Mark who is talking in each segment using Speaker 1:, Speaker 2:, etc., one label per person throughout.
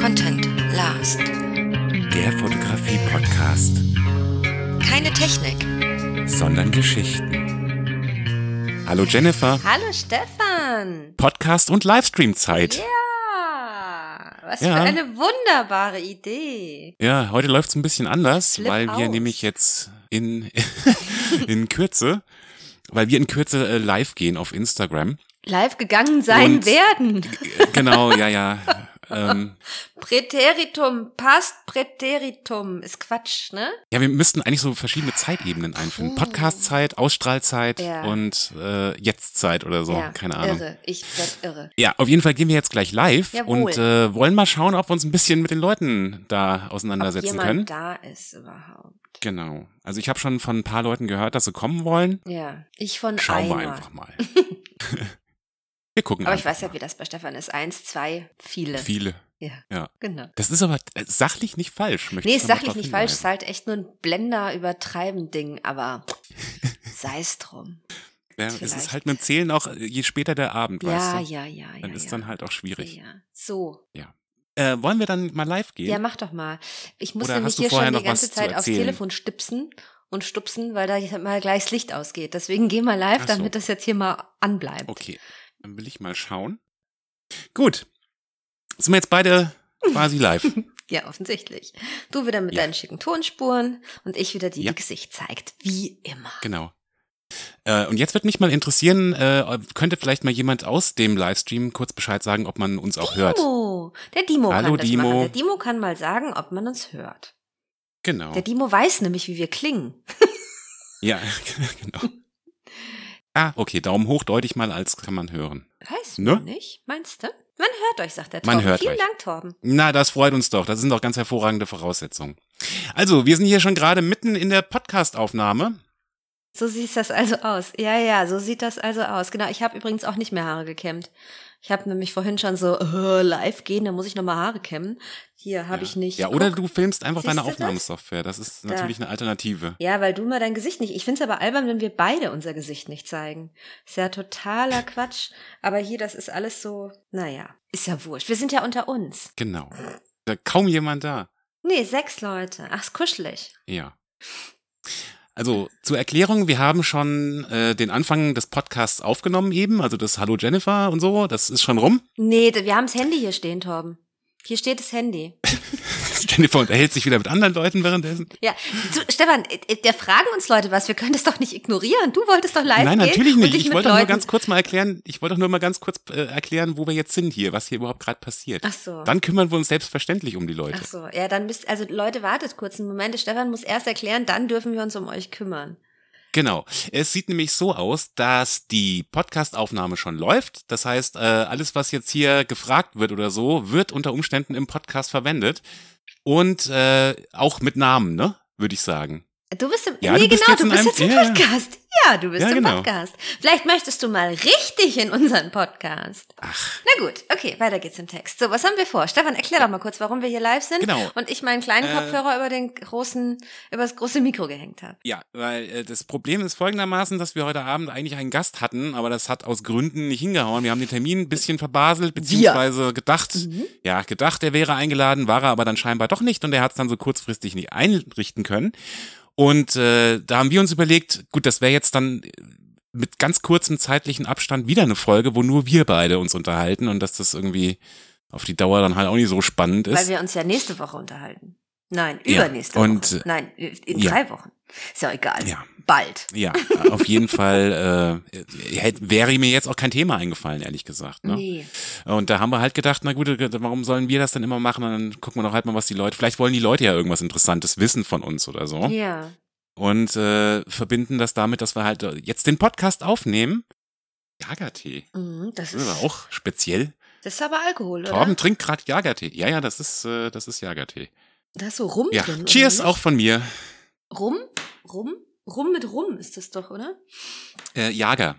Speaker 1: Content Last.
Speaker 2: Der Fotografie-Podcast,
Speaker 1: Keine Technik.
Speaker 2: sondern Geschichten. Hallo Jennifer,
Speaker 1: Hallo Stefan.
Speaker 2: Podcast und Livestream-Zeit.
Speaker 1: Ja, was
Speaker 2: Ja.
Speaker 1: für eine wunderbare Idee.
Speaker 2: Ja, heute läuft es ein bisschen anders,
Speaker 1: Flip
Speaker 2: weil wir
Speaker 1: aus.
Speaker 2: nämlich jetzt in, in Kürze, weil wir in Kürze äh, live gehen auf Instagram.
Speaker 1: Live gegangen sein
Speaker 2: Und-
Speaker 1: werden.
Speaker 2: Äh, Genau, ja, ja. Ähm,
Speaker 1: Präteritum passt Präteritum. Ist Quatsch, ne?
Speaker 2: ja, wir müssten eigentlich so verschiedene Zeitebenen einführen. Podcast-Zeit, Ausstrahlzeit
Speaker 1: Oh. Ja.
Speaker 2: und äh, Jetzt-Zeit oder so. Keine Ahnung.
Speaker 1: Irre. Ich werd irre.
Speaker 2: Ja, auf jeden Fall gehen wir jetzt gleich live
Speaker 1: Jawohl.
Speaker 2: und äh, wollen mal schauen, ob wir uns ein bisschen mit den Leuten da auseinandersetzen
Speaker 1: Jemand
Speaker 2: können.
Speaker 1: da ist überhaupt.
Speaker 2: Genau. Also ich habe schon von ein paar Leuten gehört, dass sie kommen wollen.
Speaker 1: Ja, ich von
Speaker 2: Schauen
Speaker 1: einer.
Speaker 2: wir einfach mal. wir gucken
Speaker 1: Aber ich
Speaker 2: einfach
Speaker 1: weiß ja, wie das bei Stefan ist. Eins, zwei, viele.
Speaker 2: Viele.
Speaker 1: Ja,
Speaker 2: Ja.
Speaker 1: genau.
Speaker 2: Das ist aber äh, sachlich nicht falsch. Möchte
Speaker 1: Nee,
Speaker 2: ich
Speaker 1: ist
Speaker 2: nochmal
Speaker 1: sachlich
Speaker 2: drauf
Speaker 1: nicht falsch, ist
Speaker 2: hinweisen.
Speaker 1: halt echt nur ein Blender übertreiben Ding, aber sei es drum.
Speaker 2: Ja, es
Speaker 1: vielleicht.
Speaker 2: ist halt mit dem Zählen auch, äh, je später der Abend,
Speaker 1: Ja,
Speaker 2: weißt du?
Speaker 1: ja, ja, ja.
Speaker 2: Dann ist
Speaker 1: ja.
Speaker 2: dann halt auch schwierig.
Speaker 1: Ja. So,
Speaker 2: Äh, wollen wir dann mal live gehen?
Speaker 1: ja, mach doch mal. Ich muss
Speaker 2: Oder
Speaker 1: nämlich
Speaker 2: hast du
Speaker 1: hier
Speaker 2: vorher
Speaker 1: schon die
Speaker 2: noch was
Speaker 1: ganze
Speaker 2: zu
Speaker 1: Zeit aufs
Speaker 2: erzählen?
Speaker 1: Telefon stipsen und stupsen, weil da jetzt mal gleich das Licht ausgeht. Deswegen geh mal live,
Speaker 2: Ach so.
Speaker 1: damit das jetzt hier mal anbleibt.
Speaker 2: Okay, dann will ich mal schauen. Gut. Sind wir jetzt beide quasi live?
Speaker 1: Ja, offensichtlich. Du wieder mit
Speaker 2: Ja.
Speaker 1: deinen schicken Tonspuren und ich wieder die,
Speaker 2: Ja.
Speaker 1: die Gesicht zeigt. Wie immer.
Speaker 2: Genau. Äh, und jetzt wird mich mal interessieren, äh, könnte vielleicht mal jemand aus dem Livestream kurz Bescheid sagen, ob man uns auch hört.
Speaker 1: Dimo. Der Dimo
Speaker 2: Hallo,
Speaker 1: kann das
Speaker 2: Dimo.
Speaker 1: machen. Der Dimo kann mal sagen, ob man uns hört.
Speaker 2: Genau.
Speaker 1: Der Dimo weiß nämlich, wie wir klingen.
Speaker 2: Ja, genau. Ah, okay, Daumen hoch deute ich mal als kann man hören.
Speaker 1: Weiß
Speaker 2: Ne?
Speaker 1: man nicht, meinst du? Man hört euch, sagt der Torben.
Speaker 2: Man hört
Speaker 1: Vielen
Speaker 2: euch.
Speaker 1: Dank, Torben.
Speaker 2: Na, das freut uns doch. Das sind doch ganz hervorragende Voraussetzungen. Also, wir sind hier schon gerade mitten in der Podcast-Aufnahme.
Speaker 1: So sieht das also aus. Ja, ja, so sieht das also aus. Genau, ich habe übrigens auch nicht mehr Haare gekämmt. Ich habe nämlich vorhin schon so äh, live gehen, da muss ich nochmal Haare kämmen. Hier habe
Speaker 2: ja.
Speaker 1: ich nicht.
Speaker 2: Ja, oder
Speaker 1: Guck.
Speaker 2: du filmst einfach
Speaker 1: Siehst
Speaker 2: deine
Speaker 1: du das?
Speaker 2: Aufnahmesoftware. Das ist natürlich eine Alternative.
Speaker 1: Ja, weil du mal dein Gesicht nicht. Ich find's aber albern, wenn wir beide unser Gesicht nicht zeigen. Ist ja totaler Quatsch. Aber hier, das ist alles so, naja, ist ja wurscht. Wir sind ja unter uns.
Speaker 2: Genau. Da kaum jemand da.
Speaker 1: Nee, sechs Leute. Ach, ist kuschelig.
Speaker 2: Ja. Also zur Erklärung, wir haben schon äh, den Anfang des Podcasts aufgenommen eben, also das Hallo Jennifer und so, das ist schon rum.
Speaker 1: Nee, d- wir haben das Handy hier stehen, Torben. Hier steht das Handy.
Speaker 2: Jennifer unterhält sich wieder mit anderen Leuten währenddessen.
Speaker 1: Ja, du, Stefan, äh, äh, da fragen uns Leute was. Wir können das doch nicht ignorieren. Du wolltest doch live
Speaker 2: Nein,
Speaker 1: gehen
Speaker 2: natürlich
Speaker 1: und
Speaker 2: nicht.
Speaker 1: dich
Speaker 2: Ich
Speaker 1: mit
Speaker 2: wollte doch nur
Speaker 1: Leuten-
Speaker 2: ganz kurz mal erklären, ich wollte doch nur mal ganz kurz äh, erklären, wo wir jetzt sind hier, was hier überhaupt gerade passiert.
Speaker 1: Ach so.
Speaker 2: Dann kümmern wir uns selbstverständlich um die Leute.
Speaker 1: Ach so, ja, dann müsst also Leute, wartet kurz einen Moment. Stefan muss erst erklären, dann dürfen wir uns um euch kümmern.
Speaker 2: Genau. Es sieht nämlich so aus, dass die Podcast-Aufnahme schon läuft. Das heißt, äh, alles, was jetzt hier gefragt wird oder so, wird unter Umständen im Podcast verwendet. Und äh, auch mit Namen, ne? Würde ich sagen.
Speaker 1: Du bist im
Speaker 2: Ja,
Speaker 1: Nee,
Speaker 2: du bist
Speaker 1: genau,
Speaker 2: jetzt
Speaker 1: du
Speaker 2: in
Speaker 1: bist
Speaker 2: einem-
Speaker 1: jetzt im
Speaker 2: ja, ja.
Speaker 1: Podcast. Ja, du bist
Speaker 2: Ja,
Speaker 1: im
Speaker 2: genau.
Speaker 1: Podcast. Vielleicht möchtest du mal richtig in unseren Podcast.
Speaker 2: Ach,
Speaker 1: Na gut, okay, weiter geht's im Text. So, was haben wir vor? Stefan, erklär doch mal kurz, warum wir hier live sind
Speaker 2: Genau.
Speaker 1: und ich meinen kleinen
Speaker 2: Äh,
Speaker 1: Kopfhörer über den großen, über das große Mikro gehängt habe.
Speaker 2: ja, weil äh, das Problem ist folgendermaßen, dass wir heute Abend eigentlich einen Gast hatten, aber das hat aus Gründen nicht hingehauen. Wir haben den Termin ein bisschen verbaselt, beziehungsweise gedacht, ja, gedacht, er wäre eingeladen, war er aber dann scheinbar doch nicht und er hat es dann so kurzfristig nicht einrichten können. Und äh, da haben wir uns überlegt, gut, das wäre jetzt dann äh, mit ganz kurzem zeitlichen Abstand wieder eine Folge, wo nur wir beide uns unterhalten und dass das irgendwie auf die Dauer dann halt auch nicht so spannend
Speaker 1: Weil
Speaker 2: ist.
Speaker 1: wir uns ja nächste Woche unterhalten. Nein,
Speaker 2: Ja,
Speaker 1: übernächste
Speaker 2: und,
Speaker 1: Woche.
Speaker 2: äh,
Speaker 1: Nein, in
Speaker 2: ja.
Speaker 1: drei Wochen. Ist ja egal.
Speaker 2: Ja.
Speaker 1: Bald.
Speaker 2: Ja, auf jeden Fall äh, hätte- wäre mir jetzt auch kein Thema eingefallen, ehrlich gesagt. Ne?
Speaker 1: Nee.
Speaker 2: Und da haben wir halt gedacht, na gut, warum sollen wir das denn immer machen? Und dann gucken wir doch halt mal, was die Leute, vielleicht wollen die Leute ja irgendwas Interessantes wissen von uns oder so.
Speaker 1: Ja.
Speaker 2: Und äh, verbinden das damit, dass wir halt äh, jetzt den Podcast aufnehmen. Jagertee.
Speaker 1: Mhm, das,
Speaker 2: Das ist
Speaker 1: ist,
Speaker 2: aber auch speziell.
Speaker 1: das ist aber Alkohol, oder?
Speaker 2: Torben trinkt gerade Jagertee. Ja, ja, das ist, äh, das ist Jagertee.
Speaker 1: Da ist so rum
Speaker 2: Ja,
Speaker 1: drin. oder
Speaker 2: cheers
Speaker 1: nicht?
Speaker 2: auch von mir.
Speaker 1: Rum? Rum? Rum mit rum ist das doch, oder?
Speaker 2: Äh, Jager.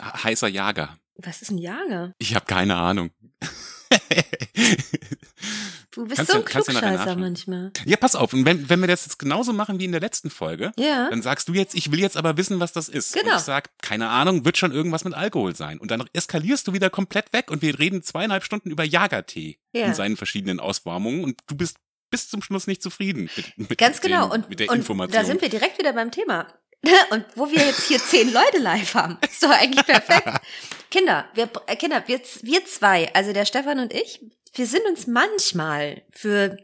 Speaker 2: H- Heißer Jager.
Speaker 1: Was ist ein Jager?
Speaker 2: Ich habe keine Ahnung.
Speaker 1: Du bist
Speaker 2: Kannst
Speaker 1: so ein
Speaker 2: du- kannst du nachher
Speaker 1: Klugscheißer
Speaker 2: nachschauen.
Speaker 1: manchmal.
Speaker 2: Ja, pass auf. Und wenn, wenn wir das jetzt genauso machen wie in der letzten Folge,
Speaker 1: Ja.
Speaker 2: dann sagst du jetzt, ich will jetzt aber wissen, was das ist.
Speaker 1: Genau.
Speaker 2: Und ich sag, keine Ahnung, wird schon irgendwas mit Alkohol sein. Und dann eskalierst du wieder komplett weg und wir reden zweieinhalb Stunden über Jagertee
Speaker 1: Ja.
Speaker 2: in seinen verschiedenen Ausformungen und du bist bis zum Schluss nicht zufrieden mit, mit,
Speaker 1: Ganz genau.
Speaker 2: dem,
Speaker 1: und
Speaker 2: mit der
Speaker 1: und
Speaker 2: Information.
Speaker 1: da sind wir direkt wieder beim Thema. Und wo wir jetzt hier zehn Leute live haben. Ist doch eigentlich perfekt. Kinder, wir, äh, Kinder, wir, z- wir zwei, also der Stefan und ich, wir sind uns manchmal für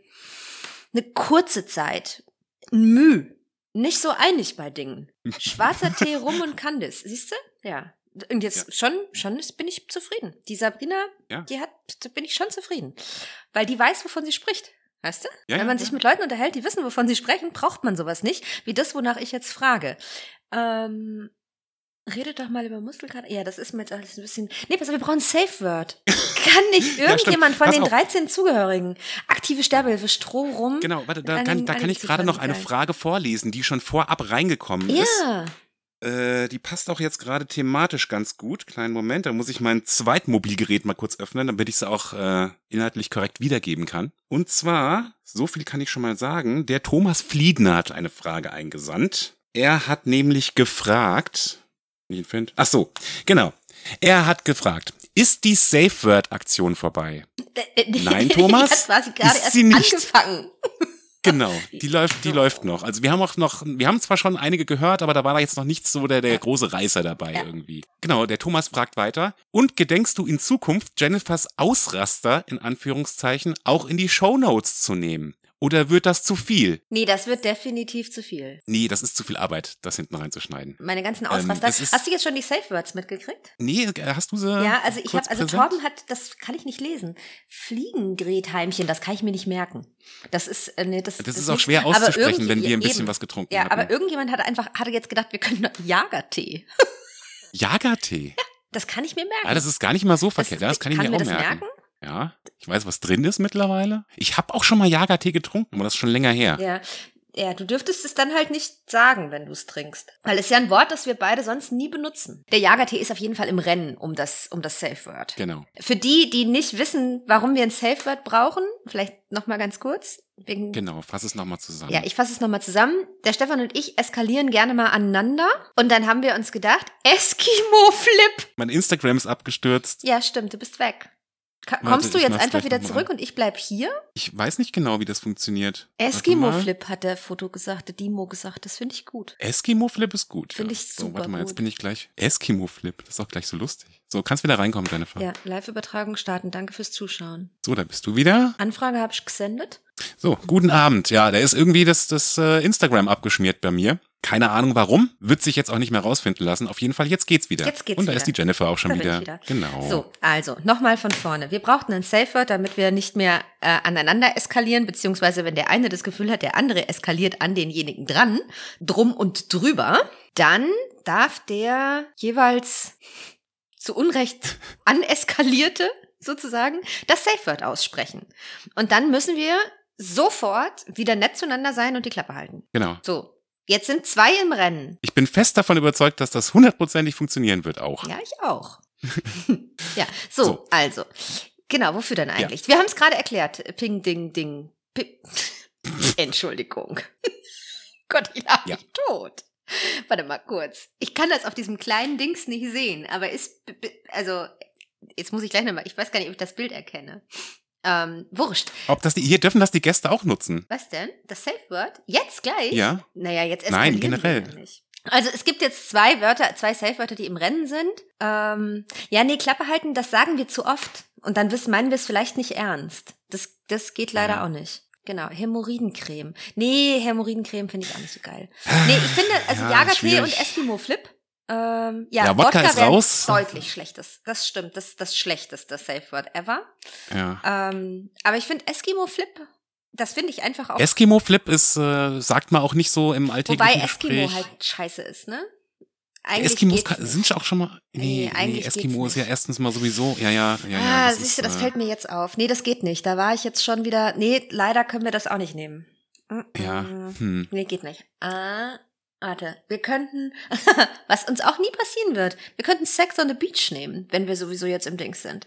Speaker 1: eine kurze Zeit müh, nicht so einig bei Dingen. Schwarzer Tee, Rum und Candice, siehst du? Ja. Und jetzt schon, schon ist, bin ich zufrieden. Die Sabrina,
Speaker 2: Ja.
Speaker 1: die hat, da bin ich schon zufrieden. Weil die weiß, wovon sie spricht. Weißt du?
Speaker 2: Ja,
Speaker 1: Wenn
Speaker 2: ja,
Speaker 1: man
Speaker 2: ja.
Speaker 1: sich mit Leuten unterhält, die wissen, wovon sie sprechen, braucht man sowas nicht, wie das, wonach ich jetzt frage. Ähm, redet doch mal über Muskelkater. Ja, das ist mir jetzt alles ein bisschen. Nee, pass auf, wir brauchen ein Safe Word. Kann nicht
Speaker 2: Ja, stimmt.
Speaker 1: irgendjemand von
Speaker 2: Pass
Speaker 1: den
Speaker 2: auf.
Speaker 1: 13 Zugehörigen aktive Sterbehilfe, Stroh rum?
Speaker 2: Genau, warte, da
Speaker 1: An
Speaker 2: kann,
Speaker 1: den-
Speaker 2: da
Speaker 1: an
Speaker 2: kann
Speaker 1: den
Speaker 2: ich gerade noch eine
Speaker 1: Zufall.
Speaker 2: Frage vorlesen, die schon vorab reingekommen ist.
Speaker 1: Ja.
Speaker 2: Äh, die passt auch jetzt gerade thematisch ganz gut. Kleinen Moment, da muss ich mein Zweitmobilgerät mal kurz öffnen, damit ich es auch äh, inhaltlich korrekt wiedergeben kann. Und zwar, so viel kann ich schon mal sagen, der Thomas Fliedner hat eine Frage eingesandt. Er hat nämlich gefragt, wenn ich ihn find, ach so, genau. Er hat gefragt, ist die Safe Word Aktion vorbei? Nein, Thomas,
Speaker 1: Ich quasi gerade
Speaker 2: ist
Speaker 1: erst
Speaker 2: sie nicht.
Speaker 1: angefangen.
Speaker 2: Genau, die läuft, die läuft noch. Also wir haben auch noch, wir haben zwar schon einige gehört, aber da war da jetzt noch nicht so der, der große Reißer dabei
Speaker 1: Ja.
Speaker 2: irgendwie. Genau, der Thomas fragt weiter. Und gedenkst du in Zukunft Jennifers Ausraster in Anführungszeichen auch in die Shownotes zu nehmen? Oder wird das zu viel?
Speaker 1: Nee, das wird definitiv zu viel.
Speaker 2: Nee, das ist zu viel Arbeit, das hinten reinzuschneiden.
Speaker 1: Meine ganzen
Speaker 2: Ähm,
Speaker 1: Ausraster.
Speaker 2: es ist-
Speaker 1: Hast du jetzt schon die Safe Words mitgekriegt?
Speaker 2: Nee, äh, hast du sie?
Speaker 1: Ja, also ich
Speaker 2: kurz
Speaker 1: habe, also
Speaker 2: präsent?
Speaker 1: Torben hat, das kann ich nicht lesen. Fliegengretheimchen, das kann ich mir nicht merken. Das ist, äh, nee, das,
Speaker 2: Das ist
Speaker 1: liegt-
Speaker 2: auch schwer
Speaker 1: aber
Speaker 2: auszusprechen, wenn
Speaker 1: irgendwie-
Speaker 2: wir ein bisschen
Speaker 1: eben.
Speaker 2: was getrunken
Speaker 1: Ja,
Speaker 2: haben.
Speaker 1: aber irgendjemand hatte einfach, hatte jetzt gedacht, wir können noch Jagertee.
Speaker 2: Jagertee.
Speaker 1: Das kann ich mir merken.
Speaker 2: Ja, das ist gar nicht mal so verkehrt. Ja, das kann ich mir auch
Speaker 1: das
Speaker 2: merken. Ja, ich weiß, was drin ist mittlerweile. Ich habe auch schon mal Jagertee getrunken, aber das ist schon länger her.
Speaker 1: Ja. Ja, du dürftest es dann halt nicht sagen, wenn du es trinkst. Weil es ist ja ein Wort, das wir beide sonst nie benutzen. Der Jagertee ist auf jeden Fall im Rennen um das, um das Safe Word.
Speaker 2: Genau.
Speaker 1: Für die, die nicht wissen, warum wir ein Safe Word brauchen, vielleicht nochmal ganz kurz. Wegen
Speaker 2: Genau, fass es nochmal zusammen.
Speaker 1: Ja, ich fasse es nochmal zusammen. Der Stefan und ich eskalieren gerne mal aneinander. Und dann haben wir uns gedacht, Eskimo-Flip.
Speaker 2: mein Instagram ist abgestürzt.
Speaker 1: Ja, stimmt, du bist weg. Ka-
Speaker 2: Warte,
Speaker 1: Kommst du
Speaker 2: ich
Speaker 1: jetzt
Speaker 2: mach's
Speaker 1: einfach
Speaker 2: gleich
Speaker 1: wieder
Speaker 2: nochmal
Speaker 1: zurück und ich bleib hier?
Speaker 2: Ich weiß nicht genau, wie das funktioniert. Warte mal.
Speaker 1: Eskimo-Flip hat der Foto gesagt, der Dimo gesagt. Das finde ich gut.
Speaker 2: Eskimo-Flip ist gut.
Speaker 1: Finde ich
Speaker 2: So,
Speaker 1: super
Speaker 2: warte mal, jetzt
Speaker 1: gut.
Speaker 2: bin ich gleich. Eskimo-Flip, das ist auch gleich so lustig. So, kannst wieder reinkommen, deine Frage.
Speaker 1: Ja, Live-Übertragung starten. Danke fürs Zuschauen.
Speaker 2: So, da bist du wieder.
Speaker 1: Anfrage habe ich gesendet.
Speaker 2: So, guten Abend. Ja, da ist irgendwie das, das äh, Instagram abgeschmiert bei mir. Keine Ahnung warum. Wird sich jetzt auch nicht mehr rausfinden lassen. Auf jeden Fall, jetzt geht's wieder.
Speaker 1: Jetzt geht's
Speaker 2: Und da
Speaker 1: wieder.
Speaker 2: ist die Jennifer auch schon
Speaker 1: Da bin
Speaker 2: wieder.
Speaker 1: ich wieder.
Speaker 2: Genau.
Speaker 1: So, also nochmal von vorne. Wir brauchten ein Safe Word, damit wir nicht mehr äh, aneinander eskalieren, beziehungsweise wenn der eine das Gefühl hat, der andere eskaliert an denjenigen dran, drum und drüber, dann darf der jeweils zu Unrecht aneskalierte sozusagen das Safe Word aussprechen. Und dann müssen wir sofort wieder nett zueinander sein und die Klappe halten.
Speaker 2: Genau.
Speaker 1: So, jetzt sind zwei im Rennen.
Speaker 2: Ich bin fest davon überzeugt, dass das hundertprozentig funktionieren wird auch.
Speaker 1: Ja, ich auch. ja, so,
Speaker 2: So.
Speaker 1: also. Genau, wofür denn eigentlich? Wir haben es gerade erklärt. Ping, ding, ding. Ping. Entschuldigung. Gott, ich lache
Speaker 2: Ja.
Speaker 1: mich tot. Warte mal kurz. Ich kann das auf diesem kleinen Dings nicht sehen, aber ist, b- b- also, jetzt muss ich gleich nochmal, ich weiß gar nicht, ob ich das Bild erkenne. Ähm, wurscht.
Speaker 2: Ob das die, hier dürfen das die Gäste auch nutzen.
Speaker 1: Was denn? Das Safe Word? Jetzt gleich?
Speaker 2: Ja.
Speaker 1: Naja, jetzt
Speaker 2: Nein,
Speaker 1: eskalieren wir
Speaker 2: generell.
Speaker 1: ja nicht. Also es gibt jetzt zwei Wörter, zwei Safe-Wörter, die im Rennen sind. Ähm, ja, nee, Klappe halten, das sagen wir zu oft. Und dann wissen, meinen wir es vielleicht nicht ernst. Das, das geht leider
Speaker 2: Ja.
Speaker 1: auch nicht. Genau, Hämorrhoidencreme. Nee, Hämorrhoidencreme finde ich auch nicht so geil. Nee, ich finde, also
Speaker 2: Ja,
Speaker 1: Jagertee
Speaker 2: schwierig.
Speaker 1: und Eskimo-Flip. Ähm, ja,
Speaker 2: Ja, Wodka ist
Speaker 1: wäre ein
Speaker 2: raus.
Speaker 1: Deutlich schlechtes. Das stimmt, das ist das schlechteste Safe-Word ever.
Speaker 2: Ja.
Speaker 1: Ähm, aber ich finde Eskimo-Flip, das finde ich einfach auch
Speaker 2: Eskimo Flip ist, äh, sagt man auch nicht so im alltäglichen
Speaker 1: Wobei
Speaker 2: Gespräch.
Speaker 1: Eskimo halt scheiße ist, ne? Eigentlich
Speaker 2: Eskimos
Speaker 1: geht's
Speaker 2: kann, sind auch schon mal.
Speaker 1: Nee,
Speaker 2: Nee, nee,
Speaker 1: eigentlich
Speaker 2: Eskimo
Speaker 1: geht's
Speaker 2: ist ja
Speaker 1: nicht.
Speaker 2: erstens mal sowieso. Ja, ja, ja, ja.
Speaker 1: ah, siehst du, das
Speaker 2: äh,
Speaker 1: fällt mir jetzt auf. Nee, das geht nicht. Da war ich jetzt schon wieder. Nee, leider können wir das auch nicht nehmen. Mm-mm.
Speaker 2: Ja. Hm.
Speaker 1: Nee, geht nicht. Ah, warte. Wir könnten, was uns auch nie passieren wird, wir könnten Sex on the Beach nehmen, wenn wir sowieso jetzt im Dings sind.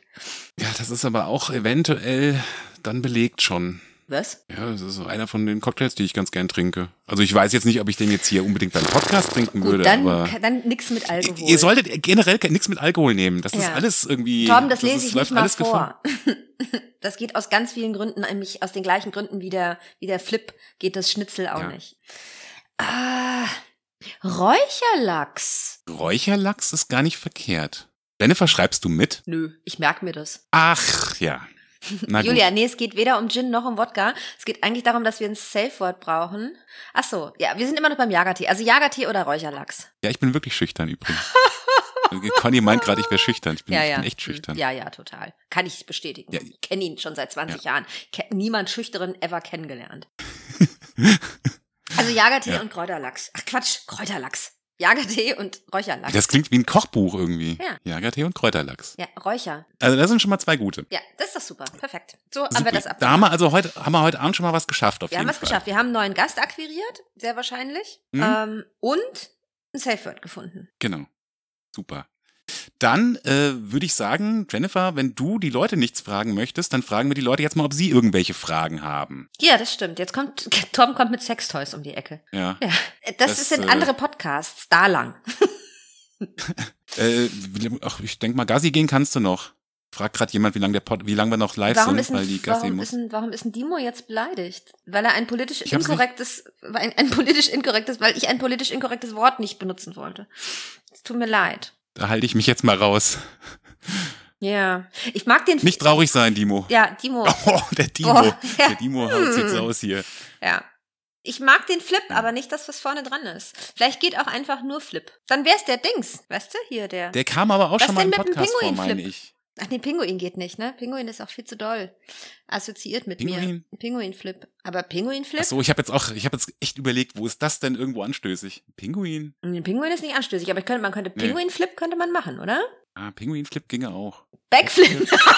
Speaker 2: Ja, das ist aber auch eventuell dann belegt schon.
Speaker 1: Was?
Speaker 2: Ja, das ist einer von den Cocktails, die ich ganz gern trinke. Also ich weiß jetzt nicht, ob ich den jetzt hier unbedingt beim Podcast trinken
Speaker 1: Gut,
Speaker 2: würde,
Speaker 1: dann,
Speaker 2: aber
Speaker 1: dann nix mit Alkohol.
Speaker 2: ihr solltet generell nichts mit Alkohol nehmen. Das ist
Speaker 1: Ja.
Speaker 2: alles irgendwie.
Speaker 1: Torben, das,
Speaker 2: ist-
Speaker 1: lese ich
Speaker 2: läuft
Speaker 1: nicht mal
Speaker 2: alles gefahr.
Speaker 1: vor. das geht aus ganz vielen Gründen, nämlich aus den gleichen Gründen wie der, wie der Flip geht das Schnitzel auch
Speaker 2: Ja.
Speaker 1: nicht. Ah, Räucherlachs.
Speaker 2: Räucherlachs ist gar nicht verkehrt. Jennifer, schreibst du mit?
Speaker 1: Nö, ich merke mir das.
Speaker 2: Ach ja. Na gut.
Speaker 1: Julia, nee, es geht weder um Gin noch um Wodka. Es geht eigentlich darum, dass wir ein Safe-Word brauchen. Ach so, ja, wir sind immer noch beim Jagertee. Also Jagertee oder Räucherlachs.
Speaker 2: Ja, ich bin wirklich schüchtern übrigens. Äh, Conny meint gerade, ich wäre schüchtern. Ich bin, ich bin echt schüchtern.
Speaker 1: Ja, ja, total. Kann ich bestätigen.
Speaker 2: Ja.
Speaker 1: Ich kenne ihn schon seit 20 Jahren. Ke niemand schüchteren ever kennengelernt. also Jagertee
Speaker 2: Ja.
Speaker 1: und Kräuterlachs. Ach Quatsch, Kräuterlachs. Jagertee und Räucherlachs.
Speaker 2: Das klingt wie ein Kochbuch irgendwie.
Speaker 1: Ja.
Speaker 2: Jagertee und Kräuterlachs.
Speaker 1: ja, Räucher.
Speaker 2: Also das sind schon mal zwei gute.
Speaker 1: Ja, das ist doch super. Perfekt. So haben
Speaker 2: Super.
Speaker 1: wir das ab.
Speaker 2: da haben wir also heute, haben wir heute Abend schon mal was geschafft auf
Speaker 1: Wir haben
Speaker 2: jeden
Speaker 1: was
Speaker 2: Fall.
Speaker 1: geschafft. Wir haben einen neuen Gast akquiriert, sehr wahrscheinlich.
Speaker 2: Mhm.
Speaker 1: Ähm, und ein Safe Word gefunden.
Speaker 2: Genau. Super. Dann äh, würde ich sagen, Jennifer, wenn du die Leute nichts fragen möchtest, dann fragen wir die Leute jetzt mal, ob sie irgendwelche Fragen haben.
Speaker 1: Ja, das stimmt. Jetzt kommt, Tom kommt mit Sextoys um die Ecke.
Speaker 2: Ja.
Speaker 1: Ja, das,
Speaker 2: Das,
Speaker 1: sind
Speaker 2: äh,
Speaker 1: andere Podcasts, da lang.
Speaker 2: Äh, ach, ich denk mal, Gassi gehen kannst du noch. Fragt gerade jemand, wie lange der Pod, wie lange wir noch live
Speaker 1: Warum
Speaker 2: sind,
Speaker 1: ist,
Speaker 2: weil die
Speaker 1: ein,
Speaker 2: Gassi
Speaker 1: warum, ist
Speaker 2: muss.
Speaker 1: ein, warum ist ein Dimo jetzt beleidigt? Weil er ein politisch
Speaker 2: Ich hab's nicht-
Speaker 1: inkorrektes, weil ein, ein politisch inkorrektes, weil ich ein politisch inkorrektes Wort nicht benutzen wollte. Es tut mir leid.
Speaker 2: Da halte ich mich jetzt mal raus.
Speaker 1: Ja. Ich mag den.
Speaker 2: Nicht traurig sein, Dimo.
Speaker 1: ja, Dimo.
Speaker 2: Oh, der Dimo.
Speaker 1: Boah, ja.
Speaker 2: Der Dimo haut's jetzt
Speaker 1: Hm.
Speaker 2: aus hier.
Speaker 1: Ja. Ich mag den Flip, aber nicht das, was vorne dran ist. Vielleicht geht auch einfach nur Flip. Dann wär's der Dings, weißt du? Hier der.
Speaker 2: Der kam aber auch
Speaker 1: Was
Speaker 2: schon mal im
Speaker 1: denn mit dem
Speaker 2: Podcast vor,
Speaker 1: Pinguinflip?
Speaker 2: meine ich.
Speaker 1: Ach nee, Pinguin geht nicht, ne? Pinguin ist auch viel zu doll assoziiert mit
Speaker 2: Pinguin?
Speaker 1: mir. Pinguin-Flip. Aber Pinguin-Flip?
Speaker 2: Ach so, ich habe jetzt auch, ich habe jetzt echt überlegt, wo ist das denn irgendwo anstößig? Pinguin.
Speaker 1: Nee, Hm, Pinguin ist nicht anstößig, aber ich könnte, man könnte
Speaker 2: Nee.
Speaker 1: Pinguin-Flip könnte man machen, oder?
Speaker 2: Ah, Pinguinflip ginge auch.
Speaker 1: Backflip.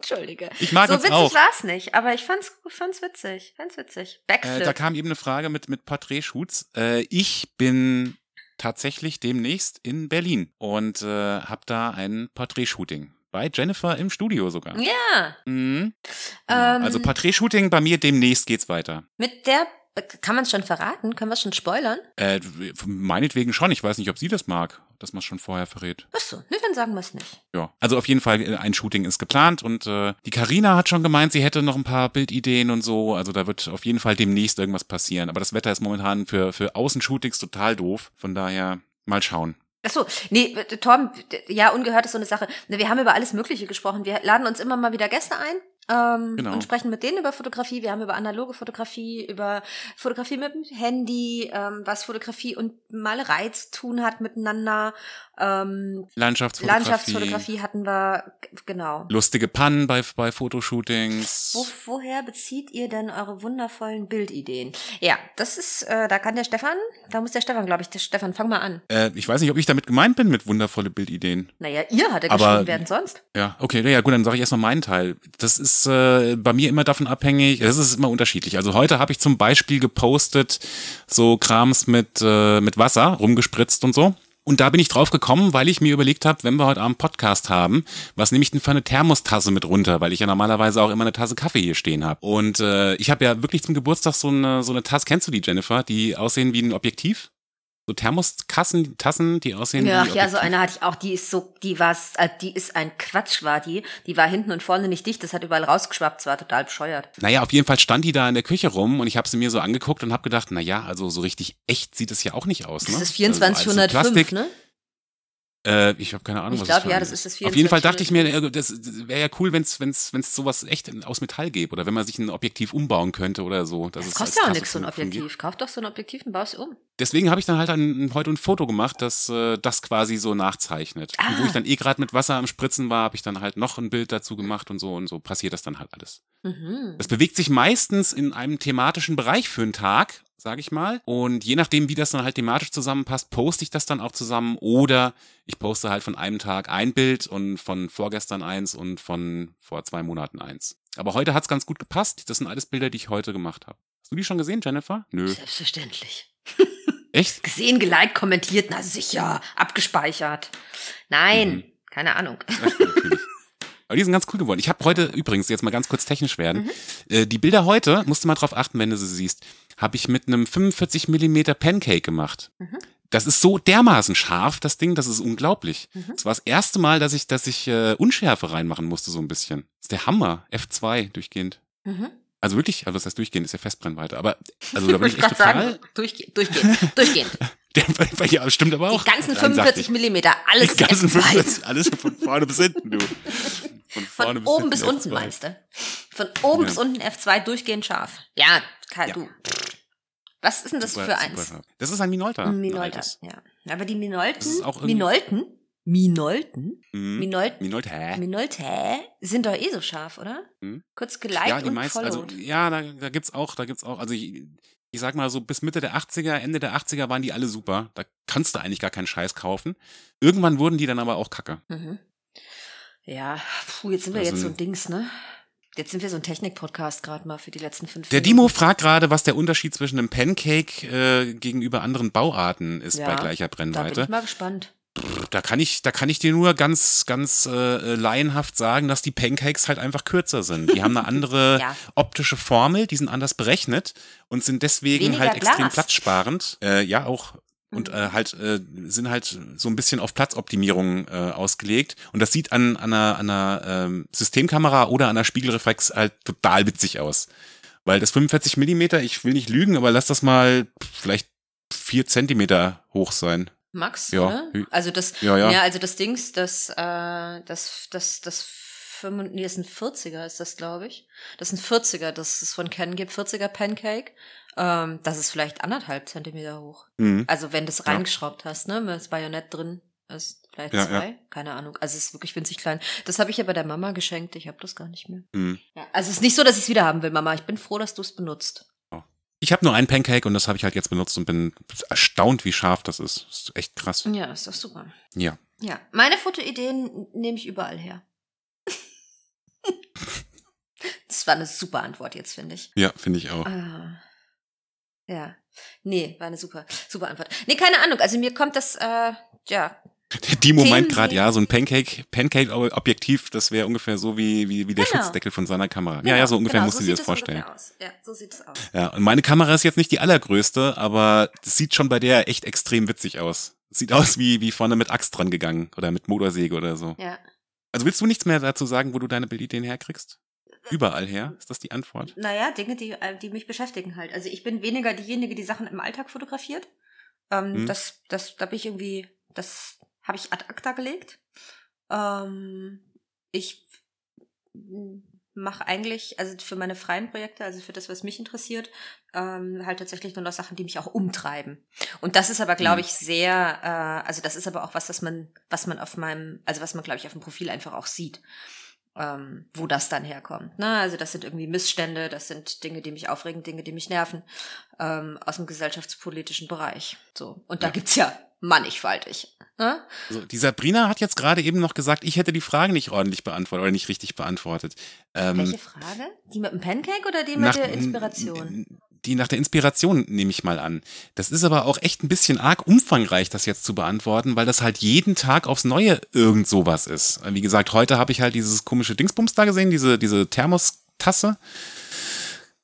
Speaker 1: Entschuldige.
Speaker 2: Ich mag
Speaker 1: so
Speaker 2: uns
Speaker 1: witzig
Speaker 2: auch.
Speaker 1: war's nicht, aber ich fand's, fand's witzig. Fand's witzig.
Speaker 2: Äh, da
Speaker 1: Backflip.
Speaker 2: kam eben eine Frage mit, mit Porträtshoots. Äh, ich bin tatsächlich demnächst in Berlin und äh, habe da ein Porträtshooting. Bei Jennifer im Studio sogar.
Speaker 1: ja.
Speaker 2: Mhm. Genau.
Speaker 1: Ähm,
Speaker 2: also Porträtshooting bei mir demnächst geht's weiter.
Speaker 1: Mit der, kann man's schon verraten? Können wir schon spoilern?
Speaker 2: Äh, meinetwegen schon. Ich weiß nicht, ob sie das mag, dass man schon vorher verrät.
Speaker 1: Ach so, ne, dann sagen wir's nicht.
Speaker 2: Ja. Also auf jeden Fall äh, ein Shooting ist geplant und äh, die Karina hat schon gemeint, sie hätte noch ein paar Bildideen und so. Also da wird auf jeden Fall demnächst irgendwas passieren. Aber das Wetter ist momentan für für Außenshootings total doof. Von daher mal schauen.
Speaker 1: Ach so, nee, äh, Torben, d- ja, ungehört ist so eine Sache. Ne, Wir haben über alles Mögliche gesprochen. Wir laden uns immer mal wieder Gäste ein. Ähm,
Speaker 2: Genau.
Speaker 1: Und sprechen mit denen über Fotografie. Wir haben über analoge Fotografie, über Fotografie mit dem Handy, ähm, was Fotografie und Malerei zu tun hat miteinander. Ähm,
Speaker 2: Landschaftsfotografie.
Speaker 1: Landschaftsfotografie hatten wir, g- genau.
Speaker 2: Lustige Pannen bei, bei Fotoshootings.
Speaker 1: Wo, woher bezieht ihr denn eure wundervollen Bildideen? Ja, das ist, äh, da kann der Stefan, da muss der Stefan, glaube ich, der Stefan, fang mal an.
Speaker 2: Äh, ich weiß nicht, ob ich damit gemeint bin mit wundervolle Bildideen.
Speaker 1: Naja, ihr hatte
Speaker 2: Aber-
Speaker 1: geschrieben werden sonst.
Speaker 2: Ja, okay, na ja gut, dann sage ich erstmal meinen Teil. Das ist äh, bei mir immer davon abhängig, das ist immer unterschiedlich. Also heute habe ich zum Beispiel gepostet so Krams mit, äh, mit Wasser rumgespritzt und so. Und da bin ich drauf gekommen, weil ich mir überlegt habe, wenn wir heute Abend Podcast haben, was nehme ich denn für eine Thermostasse mit runter, weil ich ja normalerweise auch immer eine Tasse Kaffee hier stehen habe. Und äh, ich habe ja wirklich zum Geburtstag so eine, so eine Tasse, kennst du die, Jennifer, die aussehen wie ein Objektiv? So Thermostassen, Tassen, die aussehen
Speaker 1: Ja,
Speaker 2: wie
Speaker 1: ach ja, so eine hatte ich auch, die ist so, die war's, äh, die ist ein Quatsch, war die. Die war hinten und vorne nicht dicht, das hat überall rausgeschwappt, das war total bescheuert.
Speaker 2: Naja, auf jeden Fall stand die da in der Küche rum und ich habe sie mir so angeguckt und habe gedacht, na ja, also so richtig echt sieht es ja auch nicht aus.
Speaker 1: Das
Speaker 2: ne?
Speaker 1: ist
Speaker 2: also,
Speaker 1: 2405,
Speaker 2: Plastik,
Speaker 1: ne?
Speaker 2: äh, Ich habe keine Ahnung,
Speaker 1: Ich
Speaker 2: was
Speaker 1: glaub,
Speaker 2: das für
Speaker 1: ja,
Speaker 2: eine
Speaker 1: das ist das
Speaker 2: Auf jeden Fall dachte
Speaker 1: 24
Speaker 2: ich mir, äh, das wäre ja cool, wenn es wenn's, wenn's sowas echt aus Metall gäbe oder wenn man sich ein Objektiv umbauen könnte oder so. dass
Speaker 1: Das
Speaker 2: es
Speaker 1: kostet
Speaker 2: als
Speaker 1: ja auch
Speaker 2: Tasse
Speaker 1: nichts, so ein
Speaker 2: fungiert.
Speaker 1: Objektiv. Kauf doch so ein Objektiv und baust um.
Speaker 2: Deswegen habe ich dann halt ein, heute ein Foto gemacht, das äh, das quasi so nachzeichnet. Und wo
Speaker 1: Ah.
Speaker 2: ich dann eh gerade mit Wasser am Spritzen war, habe ich dann halt noch ein Bild dazu gemacht und so und so passiert das dann halt alles.
Speaker 1: Mhm.
Speaker 2: Das bewegt sich meistens in einem thematischen Bereich für einen Tag, sage ich mal. Und je nachdem, wie das dann halt thematisch zusammenpasst, poste ich das dann auch zusammen oder ich poste halt von einem Tag ein Bild und von vorgestern eins und von vor zwei Monaten eins. Aber heute hat's ganz gut gepasst. Das sind alles Bilder, die ich heute gemacht habe. Hast du die schon gesehen, Jennifer? Nö.
Speaker 1: Selbstverständlich.
Speaker 2: Echt?
Speaker 1: Gesehen, geliked, kommentiert,
Speaker 2: Mhm.
Speaker 1: na sicher, abgespeichert. Nein, keine Ahnung.
Speaker 2: Ja, natürlich. Aber die sind ganz cool geworden. Ich habe heute übrigens, jetzt mal ganz kurz technisch werden, äh, die Bilder heute, musst du mal drauf achten, wenn du sie siehst, habe ich mit einem 45 Millimeter Pancake gemacht. Das ist so dermaßen scharf, das Ding, das ist unglaublich. Das war das erste Mal, dass ich, dass ich äh, Unschärfe reinmachen musste, so ein bisschen. Das ist der Hammer. F2 durchgehend.
Speaker 1: Mhm.
Speaker 2: Also wirklich, also was heißt durchgehend, ist ja Festbrennweite. Aber also da bin ich
Speaker 1: Wollte
Speaker 2: echt
Speaker 1: gerade sagen,
Speaker 2: total.
Speaker 1: durchge durchgehend. durchgehend.
Speaker 2: Der, ja, stimmt aber auch.
Speaker 1: Die ganzen
Speaker 2: Nein, sagte
Speaker 1: 45 Millimeter, alles
Speaker 2: ich. Die ganzen
Speaker 1: F2.
Speaker 2: 45, alles von vorne bis hinten, du. Von,
Speaker 1: Von
Speaker 2: vorne
Speaker 1: oben
Speaker 2: hinten
Speaker 1: bis
Speaker 2: F2.
Speaker 1: unten meinst du? Von oben
Speaker 2: Ja.
Speaker 1: bis unten F2 durchgehend scharf. Ja, Karl,
Speaker 2: Ja.
Speaker 1: du. Was ist denn das
Speaker 2: Super,
Speaker 1: für
Speaker 2: super
Speaker 1: eins?
Speaker 2: scharf. Das ist ein Minolta. ein
Speaker 1: Minolta,
Speaker 2: altes.
Speaker 1: ja. Aber die
Speaker 2: Das ist auch
Speaker 1: Minolten,
Speaker 2: irgendwie-
Speaker 1: Minolten, Minolten,
Speaker 2: Mhm.
Speaker 1: Minolten,
Speaker 2: Minolta.
Speaker 1: Minolte sind doch eh so scharf, oder?
Speaker 2: Hm?
Speaker 1: Kurz geliked
Speaker 2: ja, die
Speaker 1: und
Speaker 2: meisten, also
Speaker 1: followed.
Speaker 2: ja, da, da gibt's auch, da gibt's auch, also ich, ich sag mal so bis Mitte der 80er, Ende der 80er waren die alle super. Da kannst du eigentlich gar keinen Scheiß kaufen. Irgendwann wurden die dann aber auch kacke.
Speaker 1: Mhm. Ja, puh, jetzt sind wir
Speaker 2: Also
Speaker 1: jetzt so
Speaker 2: ein-
Speaker 1: ein Dings, ne? Jetzt sind wir so ein Technik-Podcast gerade mal für die letzten fünf
Speaker 2: Der
Speaker 1: Minuten.
Speaker 2: Dimo fragt gerade, was der Unterschied zwischen einem Pancake äh, gegenüber anderen Bauarten ist
Speaker 1: Ja,
Speaker 2: bei gleicher
Speaker 1: Da bin ich
Speaker 2: Brennweite.
Speaker 1: mal gespannt.
Speaker 2: Da kann ich, da kann ich dir nur ganz, ganz äh, laienhaft sagen, dass die Pancakes halt einfach kürzer sind. Die haben eine andere
Speaker 1: Ja.
Speaker 2: optische Formel, die sind anders berechnet und sind deswegen
Speaker 1: Weniger
Speaker 2: halt extrem
Speaker 1: Glas.
Speaker 2: platzsparend. Äh, ja, auch. Und
Speaker 1: Mhm.
Speaker 2: äh, halt äh, sind halt so ein bisschen auf Platzoptimierung äh, ausgelegt. Und das sieht an, an einer, an einer ähm, Systemkamera oder an einer Spiegelreflex halt total witzig aus. Weil das 45 Millimeter, ich will nicht lügen, aber lass das mal vielleicht vier Zentimeter hoch sein.
Speaker 1: Max,
Speaker 2: Ja,
Speaker 1: ne?
Speaker 2: hü-
Speaker 1: Also das,
Speaker 2: Ja,
Speaker 1: ja.
Speaker 2: ja.
Speaker 1: also das Dings, das, äh, das, das, das, 45, nee, das ist ein 40er, ist das, glaube ich. Das ist ein 40er, das es von Ken gibt, 40er Pancake. Ähm, das ist vielleicht anderthalb Zentimeter hoch.
Speaker 2: Mhm.
Speaker 1: Also wenn du es
Speaker 2: Ja.
Speaker 1: reingeschraubt hast, ne, wenn das Bajonett drin ist, vielleicht
Speaker 2: Ja,
Speaker 1: zwei, keine Ahnung. Also es ist wirklich winzig klein. Das habe ich ja bei der Mama geschenkt, ich habe das gar nicht mehr.
Speaker 2: Mhm.
Speaker 1: Ja, also es ist nicht so, dass ich es wieder haben will, Mama. Ich bin froh, dass du es benutzt.
Speaker 2: Ich habe nur einen Pancake und das habe ich halt jetzt benutzt und bin erstaunt, wie scharf das ist. Das ist echt krass.
Speaker 1: Ja, ist doch super.
Speaker 2: Ja.
Speaker 1: Ja, meine Fotoideen nehme ich überall her. das war eine super Antwort jetzt, finde ich.
Speaker 2: Ja, finde ich auch.
Speaker 1: Ah. Ja. Nee, war eine super, super Antwort. Nee, keine Ahnung. Also mir kommt das, äh, ja,
Speaker 2: Der Dimo
Speaker 1: Themen,
Speaker 2: meint gerade,
Speaker 1: die-
Speaker 2: ja, so ein Pancake, Pancake-Objektiv, das wäre ungefähr so wie, wie, wie der
Speaker 1: Genau.
Speaker 2: Schutzdeckel von seiner Kamera. Ja, ja, so ungefähr musst du dir das vorstellen.
Speaker 1: Aus. Ja, so sieht es aus.
Speaker 2: Ja, und meine Kamera ist jetzt nicht die allergrößte, aber das sieht schon bei der echt extrem witzig aus. Sieht aus wie, wie vorne mit Axt dran gegangen oder mit Motorsäge oder so.
Speaker 1: Ja.
Speaker 2: Also willst du nichts mehr dazu sagen, wo du deine Bildideen herkriegst? Überall her? Ist das die Antwort?
Speaker 1: Naja, Dinge, die, äh, die mich beschäftigen halt. Also ich bin weniger diejenige, die Sachen im Alltag fotografiert. Ähm,
Speaker 2: Mhm.
Speaker 1: Das, das, da bin ich irgendwie, das habe ich ad acta gelegt. Ähm, ich mache eigentlich, also für meine freien Projekte, also für das, was mich interessiert, ähm, halt tatsächlich nur noch Sachen, die mich auch umtreiben. Und das ist aber, glaube
Speaker 2: Mhm.
Speaker 1: ich, sehr, äh, also das ist aber auch was, das man, was man auf meinem, also was man, glaube ich, auf dem Profil einfach auch sieht, ähm, wo das dann herkommt. Ne? Also das sind irgendwie Missstände, das sind Dinge, die mich aufregen, Dinge, die mich nerven, ähm, aus dem gesellschaftspolitischen Bereich. So. Und da
Speaker 2: Ja.
Speaker 1: gibt's ja mannigfaltig. Ne?
Speaker 2: So, Also, die Sabrina hat jetzt gerade eben noch gesagt, ich hätte die Frage nicht ordentlich beantwortet oder nicht richtig beantwortet. Ähm,
Speaker 1: Welche Frage? Die mit dem Pancake oder die mit der Inspiration? Mhm,
Speaker 2: Die nach der Inspiration nehme ich mal an. Das ist aber auch echt ein bisschen arg umfangreich, das jetzt zu beantworten, weil das halt jeden Tag aufs Neue irgend sowas ist. Wie gesagt, heute habe ich halt dieses komische Dingsbums da gesehen, diese, diese Thermostasse.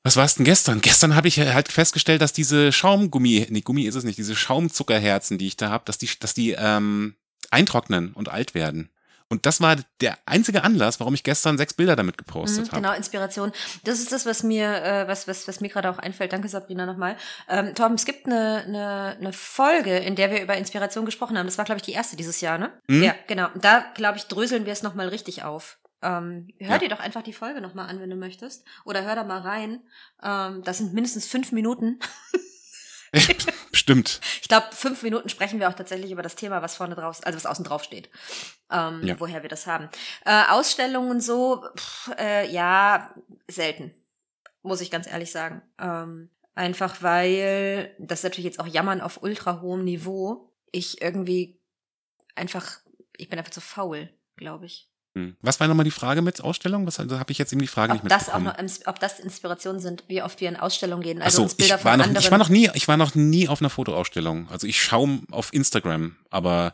Speaker 2: Was war es denn gestern? Gestern habe ich halt festgestellt, dass diese Schaumgummi, nee, Gummi ist es nicht, diese Schaumzuckerherzen, die ich da habe, dass die, dass die ähm, eintrocknen und alt werden. Und das war der einzige Anlass, warum ich gestern sechs Bilder damit gepostet
Speaker 1: Mhm,
Speaker 2: habe.
Speaker 1: Genau, Inspiration. Das ist das, was mir, äh, was, was, was mir gerade auch einfällt. Danke, Sabrina, nochmal. Ähm, Torben, es gibt eine, eine, eine Folge, in der wir über Inspiration gesprochen haben. Das war, glaube ich, die erste dieses Jahr, ne?
Speaker 2: Mhm.
Speaker 1: Ja, genau. Und Da, glaube ich, dröseln wir es nochmal richtig auf. Ähm, hör
Speaker 2: Ja.
Speaker 1: dir doch einfach die Folge nochmal an, wenn du möchtest. Oder hör da mal rein. Ähm, das sind mindestens fünf Minuten. genau.
Speaker 2: Stimmt.
Speaker 1: Ich glaube, fünf Minuten sprechen wir auch tatsächlich über das Thema, was vorne drauf, also was außen drauf steht, ähm,
Speaker 2: Ja.
Speaker 1: woher wir das haben. Äh, Ausstellungen und so, pff, äh, ja, selten, muss ich ganz ehrlich sagen. Ähm, einfach weil, das ist natürlich jetzt auch Jammern auf ultra hohem Niveau, ich irgendwie einfach, ich bin einfach zu faul, glaube ich.
Speaker 2: Hm. Was war nochmal die Frage mit Ausstellung? Was da habe ich jetzt eben die Frage
Speaker 1: Ob
Speaker 2: nicht
Speaker 1: das auch
Speaker 2: mitbekommen.
Speaker 1: noch, ins- ob das Inspirationen sind, wie oft wir in Ausstellungen gehen,
Speaker 2: Ach
Speaker 1: also
Speaker 2: so,
Speaker 1: uns
Speaker 2: ich
Speaker 1: Bilder
Speaker 2: war
Speaker 1: von
Speaker 2: noch,
Speaker 1: anderen.
Speaker 2: ich war noch nie, ich war noch nie auf einer Fotoausstellung. Also ich schaue auf Instagram, aber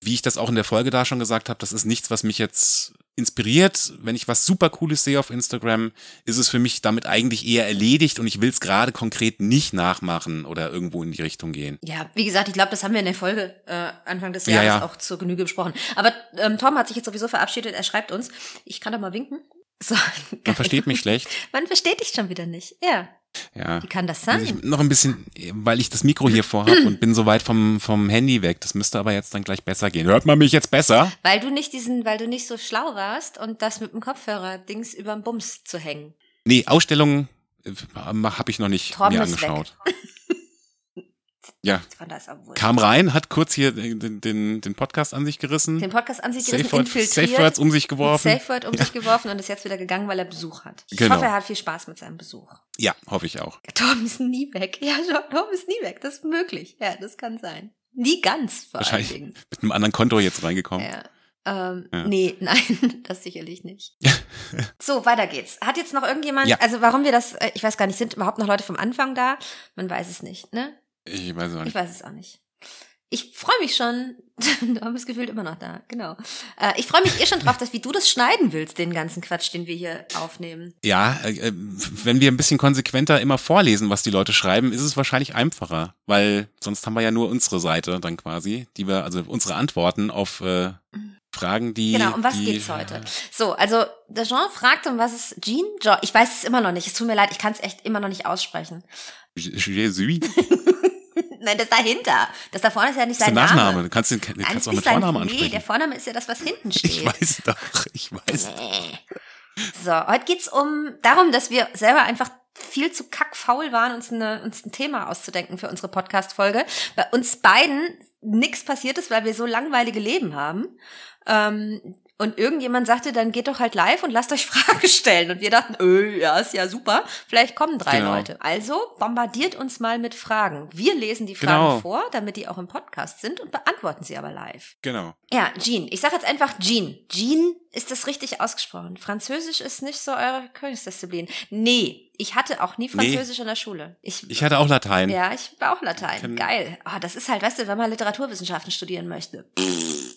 Speaker 2: wie ich das auch in der Folge da schon gesagt habe, das ist nichts, was mich jetzt inspiriert. Wenn ich was super Cooles sehe auf Instagram, ist es für mich damit eigentlich eher erledigt und ich will es gerade konkret nicht nachmachen oder irgendwo in die Richtung gehen.
Speaker 1: Ja, wie gesagt, ich glaube, das haben wir in der Folge äh, Anfang des Jahres ja, ja. auch zur Genüge besprochen. Aber ähm, Tom hat sich jetzt sowieso verabschiedet, er schreibt uns. Ich kann doch mal winken.
Speaker 2: So, Man geil. versteht mich schlecht.
Speaker 1: Man versteht dich schon wieder nicht. Ja.
Speaker 2: Ja.
Speaker 1: Wie kann das sein?
Speaker 2: Also noch ein bisschen, weil ich das Mikro hier vorhabe und bin so weit vom, vom Handy weg. Das müsste aber jetzt dann gleich besser gehen. Hört man mich jetzt besser?
Speaker 1: Weil du nicht diesen, weil du nicht so schlau warst und das mit dem Kopfhörer-Dings überm Bums zu hängen.
Speaker 2: Nee, Ausstellungen äh, habe ich noch nicht Torben mir angeschaut. ja. Kam rein, hat kurz hier den, den, den Podcast an sich gerissen.
Speaker 1: Den Podcast an sich
Speaker 2: Safe
Speaker 1: gerissen, infiltriert.
Speaker 2: Safe Words um sich geworfen.
Speaker 1: Safe Word um sich geworfen und ist jetzt wieder gegangen, weil er Besuch hat. Ich
Speaker 2: Genau.
Speaker 1: hoffe, er hat viel Spaß mit seinem Besuch.
Speaker 2: Ja, hoffe ich auch.
Speaker 1: Tom ist nie weg. Ja, Tom ist nie weg. Das ist möglich. Ja, das kann sein. Nie ganz, vor allen
Speaker 2: Wahrscheinlich
Speaker 1: Dingen.
Speaker 2: mit einem anderen Konto jetzt reingekommen.
Speaker 1: Ja. Ähm,
Speaker 2: Ja.
Speaker 1: Nee, nein, das sicherlich nicht. so, weiter geht's. Hat jetzt noch irgendjemand,
Speaker 2: Ja.
Speaker 1: also warum wir das, äh, ich weiß gar nicht, sind überhaupt noch Leute vom Anfang da? Man weiß es nicht, ne?
Speaker 2: Ich weiß auch
Speaker 1: Ich
Speaker 2: nicht.
Speaker 1: weiß es auch nicht. Ich freue mich schon, du bist gefühlt immer noch da, genau. Äh, ich freue mich eh schon drauf, dass wie du das schneiden willst, den ganzen Quatsch, den wir hier aufnehmen.
Speaker 2: Ja, äh, äh, wenn wir ein bisschen konsequenter immer vorlesen, was die Leute schreiben, ist es wahrscheinlich einfacher, weil sonst haben wir ja nur unsere Seite dann quasi, die wir, also unsere Antworten auf äh, Fragen, die.
Speaker 1: Genau, um was
Speaker 2: die,
Speaker 1: geht's heute? So, also der Jean fragt, um was es Jean Jean. Ich weiß es immer noch nicht. Es tut mir leid, ich kann es echt immer noch nicht aussprechen.
Speaker 2: Jésus.
Speaker 1: Nein, das dahinter. Das da vorne ist ja nicht
Speaker 2: Das
Speaker 1: sein
Speaker 2: ist der Nachname.
Speaker 1: Name.
Speaker 2: Du kannst, den, du
Speaker 1: Nein, das
Speaker 2: kannst auch mit
Speaker 1: ist sein-
Speaker 2: Vornamen
Speaker 1: Nee, der
Speaker 2: ansprechen.
Speaker 1: Vorname ist ja das, was hinten steht.
Speaker 2: Ich weiß doch. Ich weiß.
Speaker 1: Nee. So, heute geht's um darum, dass wir selber einfach viel zu kackfaul waren, uns, eine, uns ein Thema auszudenken für unsere Podcast-Folge. Bei uns beiden nichts passiert ist, weil wir so langweilige Leben haben. Ähm, und irgendjemand sagte, dann geht doch halt live und lasst euch Fragen stellen. Und wir dachten, öh, ja, ist ja super. Vielleicht kommen drei
Speaker 2: Genau.
Speaker 1: Leute. Also bombardiert uns mal mit Fragen. Wir lesen die Fragen
Speaker 2: Genau.
Speaker 1: vor, damit die auch im Podcast sind und beantworten sie aber live.
Speaker 2: Genau.
Speaker 1: Ja, Jean. Ich sage jetzt einfach Jean. Jean ist das richtig ausgesprochen. Französisch ist nicht so eure Königsdisziplin. Nee, ich hatte auch nie Französisch in der Schule. Ich,
Speaker 2: Ich hatte auch Latein.
Speaker 1: ja, ich war auch Latein.
Speaker 2: Kann-
Speaker 1: Geil. Oh, das ist halt, weißt du, wenn man Literaturwissenschaften studieren möchte.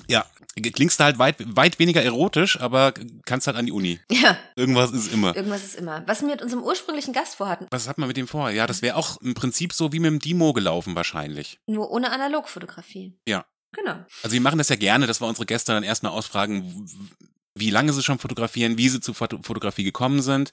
Speaker 2: Ja. Klingst du halt weit, weit weniger erotisch, aber kannst halt an die Uni.
Speaker 1: Ja,
Speaker 2: Irgendwas ist immer.
Speaker 1: irgendwas ist immer. Was wir mit unserem ursprünglichen Gast vorhatten,
Speaker 2: Was hat man mit dem vor? Ja, das wäre auch im Prinzip so wie mit dem Dimo gelaufen wahrscheinlich.
Speaker 1: nur ohne Analogfotografie.
Speaker 2: Ja.
Speaker 1: Genau.
Speaker 2: Also wir machen das ja gerne, dass wir unsere Gäste dann erstmal ausfragen, w- wie lange sie schon fotografieren, wie sie zu Foto Fotografie gekommen sind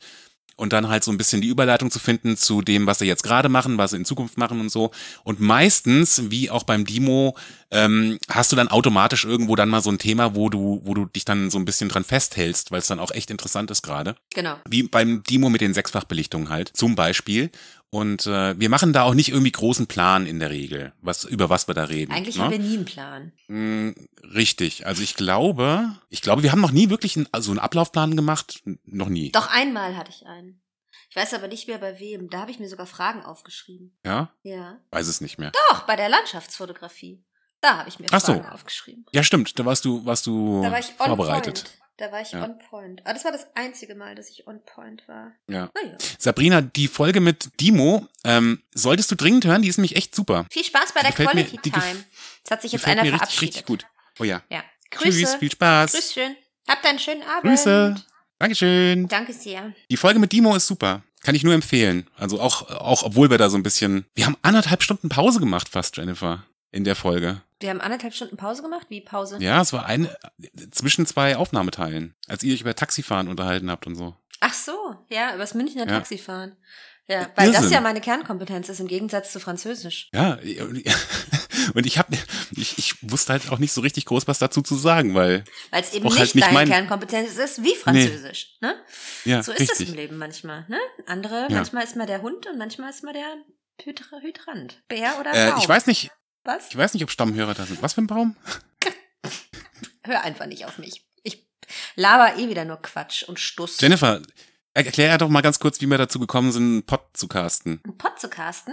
Speaker 2: und dann halt so ein bisschen die Überleitung zu finden zu dem, was sie jetzt gerade machen, was sie in Zukunft machen und so. Und meistens, wie auch beim Demo, ähm, hast du dann automatisch irgendwo dann mal so ein Thema, wo du, wo du dich dann so ein bisschen dran festhältst, weil es dann auch echt interessant ist gerade.
Speaker 1: Genau.
Speaker 2: Wie beim Demo mit den Sechsfachbelichtungen halt, zum Beispiel. Und äh, wir machen da auch nicht irgendwie großen Plan in der Regel, was, über was wir da reden.
Speaker 1: Eigentlich
Speaker 2: ne?
Speaker 1: haben wir nie einen Plan.
Speaker 2: Mm, Richtig. Also ich glaube, ich glaube, wir haben noch nie wirklich einen, also einen Ablaufplan gemacht. N- Noch nie.
Speaker 1: Doch einmal hatte ich einen. Ich weiß aber nicht mehr bei wem. Da habe ich mir sogar Fragen aufgeschrieben.
Speaker 2: Ja?
Speaker 1: Ja.
Speaker 2: Weiß es nicht mehr.
Speaker 1: Doch, bei der Landschaftsfotografie. Da habe ich mir
Speaker 2: Ach so.
Speaker 1: Fragen aufgeschrieben.
Speaker 2: Ja, stimmt. Da warst du, warst du
Speaker 1: Da war ich on
Speaker 2: vorbereitet.
Speaker 1: point. Da war ich
Speaker 2: Ja.
Speaker 1: on point. Aber das war das einzige Mal, dass ich on point war.
Speaker 2: Ja.
Speaker 1: Naja.
Speaker 2: Sabrina, die Folge mit Dimo, ähm, solltest du dringend hören, die ist nämlich echt super.
Speaker 1: Viel Spaß bei der
Speaker 2: Gefällt mir-
Speaker 1: Quality
Speaker 2: die gef-
Speaker 1: Time. Es hat sich jetzt
Speaker 2: Gefällt
Speaker 1: einer
Speaker 2: mir richtig,
Speaker 1: verabschiedet.
Speaker 2: richtig gut. Oh ja.
Speaker 1: Ja. Grüße.
Speaker 2: Tschüss, viel Spaß.
Speaker 1: Grüß schön. Habt einen schönen Abend.
Speaker 2: Grüße. Dankeschön.
Speaker 1: Danke sehr.
Speaker 2: Die Folge mit Dimo ist super. Kann ich nur empfehlen. Also auch, auch obwohl wir da so ein bisschen. Wir haben anderthalb Stunden Pause gemacht fast, Jennifer, in der Folge.
Speaker 1: Wir haben anderthalb Stunden Pause gemacht. Wie Pause?
Speaker 2: Ja, es war ein zwischen zwei Aufnahmeteilen, als ihr euch über Taxifahren unterhalten habt und so.
Speaker 1: Ach so, ja, übers Münchner
Speaker 2: Ja.
Speaker 1: Taxifahren. Ja, weil das
Speaker 2: Irrsinn.
Speaker 1: ja meine Kernkompetenz ist im Gegensatz zu Französisch.
Speaker 2: Ja, und ich habe ich, ich wusste halt auch nicht so richtig groß was dazu zu sagen, weil
Speaker 1: Weil es eben
Speaker 2: Auch
Speaker 1: nicht
Speaker 2: halt nicht
Speaker 1: deine
Speaker 2: mein-
Speaker 1: Kernkompetenz ist wie Französisch. Ne?
Speaker 2: ja,
Speaker 1: So ist
Speaker 2: richtig.
Speaker 1: das im Leben manchmal. Ne? Andere,
Speaker 2: Ja.
Speaker 1: manchmal ist mal der Hund und manchmal ist mal der Hydra- Hydrant. Bär oder
Speaker 2: äh,
Speaker 1: Baum.
Speaker 2: ich weiß nicht,
Speaker 1: Was?
Speaker 2: ich weiß nicht, ob Stammhörer da sind. Was für ein Baum?
Speaker 1: Hör einfach nicht auf mich. Ich laber eh wieder nur Quatsch und Stuss.
Speaker 2: Jennifer, er- erklär doch mal ganz kurz, wie wir dazu gekommen sind, einen Pod zu casten.
Speaker 1: Ein Um Pott zu casten?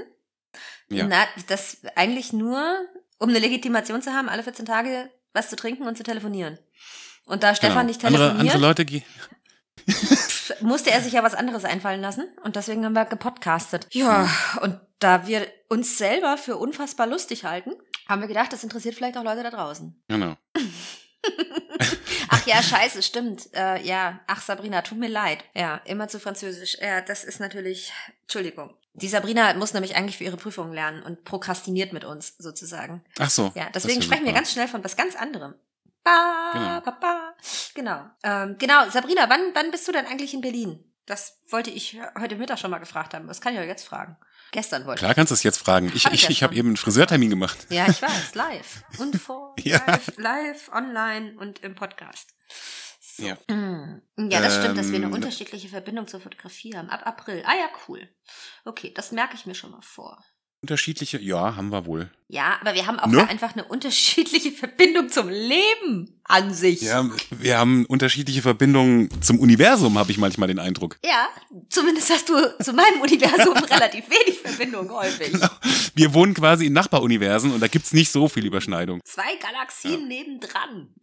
Speaker 2: Ja.
Speaker 1: Na, das eigentlich nur, um eine Legitimation zu haben, alle 14 Tage was zu trinken und zu telefonieren. Und da Stefan nicht
Speaker 2: Genau. andere,
Speaker 1: telefoniert,
Speaker 2: andere Leute ge-
Speaker 1: musste er sich ja was anderes einfallen lassen und deswegen haben wir gepodcastet. Ja, und da wir uns selber für unfassbar lustig halten, haben wir gedacht, das interessiert vielleicht auch Leute da draußen.
Speaker 2: Genau.
Speaker 1: Ach ja, scheiße, stimmt. Äh, ja, ach Sabrina, tut mir leid. Ja, immer zu Französisch. Ja, das ist natürlich, Entschuldigung. Die Sabrina muss nämlich eigentlich für ihre Prüfungen lernen und prokrastiniert mit uns sozusagen.
Speaker 2: Ach so.
Speaker 1: Ja, deswegen
Speaker 2: Das ist
Speaker 1: sprechen wir
Speaker 2: super.
Speaker 1: ganz schnell von was ganz anderem. Ba,
Speaker 2: Genau.
Speaker 1: genau. Ba, ba. genau. Ähm, genau, Sabrina, wann, wann bist du denn eigentlich in Berlin? Das wollte ich heute Mittag schon mal gefragt haben. Das kann ich euch jetzt fragen. Gestern wollte
Speaker 2: Klar kannst du es jetzt fragen. Ich,
Speaker 1: Hab ich
Speaker 2: ich,
Speaker 1: ja
Speaker 2: ich habe
Speaker 1: schon.
Speaker 2: eben einen Friseurtermin gemacht.
Speaker 1: ich. Ja, ich weiß, live. Und vor,
Speaker 2: Ja.
Speaker 1: live, live, online und im Podcast.
Speaker 2: Ja.
Speaker 1: Mm. Ja, das stimmt, dass wir eine
Speaker 2: Ähm,
Speaker 1: unterschiedliche Verbindung zur Fotografie haben. Ab April. Ah ja, cool. Okay, das merke ich mir schon mal vor.
Speaker 2: Unterschiedliche, ja, haben wir wohl.
Speaker 1: Ja, aber wir haben auch
Speaker 2: Ne?
Speaker 1: da einfach eine unterschiedliche Verbindung zum Leben an sich.
Speaker 2: Ja, wir haben unterschiedliche Verbindungen zum Universum, habe ich manchmal den Eindruck.
Speaker 1: Ja, zumindest hast du zu meinem Universum relativ wenig Verbindung häufig.
Speaker 2: Wir wohnen quasi in Nachbaruniversen und da gibt's nicht so viel Überschneidung.
Speaker 1: Zwei Galaxien nebendran.